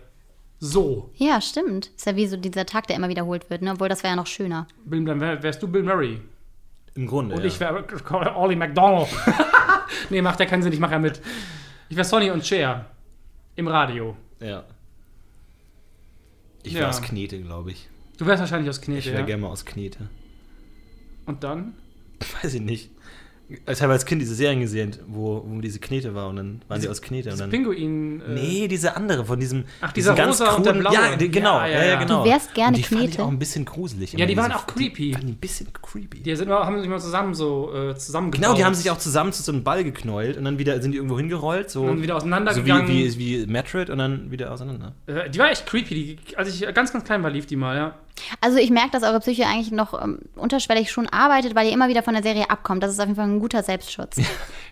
Speaker 1: So.
Speaker 3: Ja, stimmt. Ist ja wie so dieser Tag, der immer wiederholt wird, ne? obwohl das wäre ja noch schöner.
Speaker 1: Bill, dann wär- wärst du Bill Murray.
Speaker 2: Im Grunde.
Speaker 1: Und
Speaker 2: ja.
Speaker 1: ich wäre Ollie McDonald. nee, macht ja keinen Sinn, ich mache ja mit. Ich wäre Sonny und Cher im Radio.
Speaker 2: Ja. Ich
Speaker 1: Ja.
Speaker 2: wäre aus Knete, glaube ich.
Speaker 1: Du wärst wahrscheinlich aus
Speaker 2: Ich
Speaker 1: Knete.
Speaker 2: wäre
Speaker 1: Ja?
Speaker 2: gerne mal aus Knete.
Speaker 1: Und dann?
Speaker 2: Weiß ich nicht. Ich habe als Kind diese Serien gesehen, wo, wo diese Knete war und dann waren sie aus Knete. Und
Speaker 1: Das
Speaker 2: dann,
Speaker 1: Pinguin. Äh,
Speaker 2: nee, diese andere von diesem.
Speaker 1: Ach, dieser
Speaker 2: diesem
Speaker 1: rosa und der blaue.
Speaker 2: Ja, die- genau.
Speaker 1: Ja,
Speaker 2: Ja,
Speaker 1: ja,
Speaker 2: ja,
Speaker 1: ja.
Speaker 2: genau.
Speaker 3: Du wärst
Speaker 2: und
Speaker 3: gerne
Speaker 2: die Fand ich
Speaker 3: Knete.
Speaker 2: auch ein bisschen gruselig.
Speaker 1: Ja, die
Speaker 2: immer,
Speaker 1: waren
Speaker 2: diese-
Speaker 1: auch creepy.
Speaker 2: Die fand ich ein bisschen creepy.
Speaker 1: Die sind, mal- haben sich mal zusammen so äh, zusammengebaut.
Speaker 2: genau, die haben sich auch zusammen zu so einem Ball geknäult und dann wieder sind die irgendwo hingerollt. So,
Speaker 1: Und dann wieder
Speaker 2: so wie,
Speaker 1: auseinandergegangen.
Speaker 2: wie, wie Metroid und dann wieder auseinander.
Speaker 1: äh, die war echt creepy. Die, als ich ganz, ganz klein war, lief die mal, ja.
Speaker 3: Also ich merke, dass eure Psyche eigentlich noch ähm, unterschwellig schon arbeitet, weil ihr immer wieder von der Serie abkommt. Das ist auf jeden Fall ein guter Selbstschutz.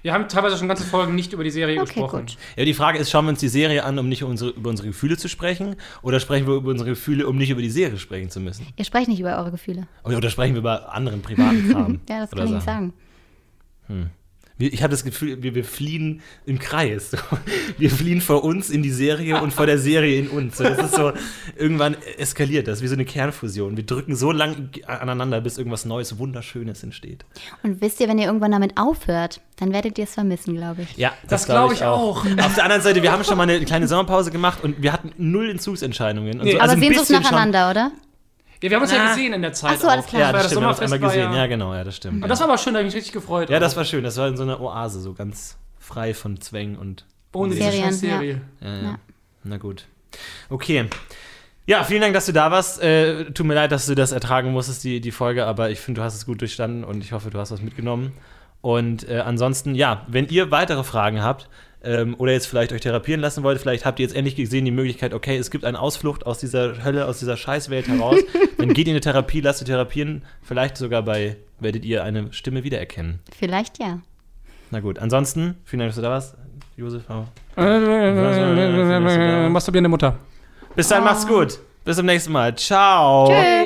Speaker 1: Wir haben teilweise schon ganze Folgen nicht über die Serie
Speaker 3: Okay,
Speaker 1: gesprochen.
Speaker 3: gut.
Speaker 2: Ja, die Frage ist, schauen wir uns die Serie an, um nicht unsere, über unsere Gefühle zu sprechen? Oder sprechen wir über unsere Gefühle, um nicht über die Serie sprechen zu müssen?
Speaker 3: Ihr sprecht nicht über eure Gefühle.
Speaker 2: Oder, oder sprechen wir über anderen privaten Kram?
Speaker 3: Ja, das
Speaker 2: oder
Speaker 3: kann ich nicht sagen.
Speaker 2: Wir- Ich habe das Gefühl, wir, wir fliehen im Kreis. So. Wir fliehen vor uns in die Serie und vor der Serie in uns. So, Das ist so, irgendwann eskaliert das, wie so eine Kernfusion. Wir drücken so lang aneinander, bis irgendwas Neues, Wunderschönes entsteht.
Speaker 3: Und wisst ihr, wenn ihr irgendwann damit aufhört, dann werdet ihr es vermissen, glaube ich.
Speaker 2: Ja,
Speaker 1: Das glaube ich auch.
Speaker 2: Auf der anderen Seite, wir haben schon mal eine kleine Sommerpause gemacht und wir hatten null Entzugsentscheidungen. Und
Speaker 1: Nee.
Speaker 2: so,
Speaker 3: Aber
Speaker 2: Also ein
Speaker 3: Sehnsucht
Speaker 2: bisschen schon-
Speaker 3: nacheinander, oder?
Speaker 1: Ja, wir haben uns ja
Speaker 2: Na.
Speaker 1: gesehen in der Zeit.
Speaker 3: Ach so, alles
Speaker 1: auch.
Speaker 3: klar.
Speaker 2: Ja,
Speaker 1: war
Speaker 2: das stimmt, wir haben uns einmal
Speaker 1: war
Speaker 2: gesehen.
Speaker 1: ja-
Speaker 2: Ja, genau, ja, das stimmt.
Speaker 1: Und
Speaker 2: Ja.
Speaker 1: das war aber schön, da habe ich mich richtig gefreut.
Speaker 2: ja,
Speaker 1: auch.
Speaker 2: das war schön. Das war in so einer Oase, so ganz frei von Zwängen und.
Speaker 1: ohne diese
Speaker 3: Serien,
Speaker 1: scheiß Serie.
Speaker 2: Ja, ja.
Speaker 3: Ja.
Speaker 2: Ähm, Na gut. Okay. Ja, vielen Dank, dass du da warst. Äh, tut mir leid, dass du das ertragen musstest, die, die Folge, aber ich finde, du hast es gut durchstanden und ich hoffe, du hast was mitgenommen. Und äh, ansonsten, ja, wenn ihr weitere Fragen habt ähm, oder jetzt vielleicht euch therapieren lassen wollt, vielleicht habt ihr jetzt endlich gesehen die Möglichkeit, okay, es gibt eine Ausflucht aus dieser Hölle, aus dieser Scheißwelt heraus, dann geht in eine Therapie, lasst euch therapieren, vielleicht sogar bei, werdet ihr eine Stimme wiedererkennen.
Speaker 3: Vielleicht ja.
Speaker 2: Na gut, ansonsten, vielen Dank, dass du da warst. Josef, hau
Speaker 1: Masturbierende Mutter.
Speaker 2: Bis dann, macht's gut. Bis zum nächsten Mal. Ciao.
Speaker 3: Tschüss.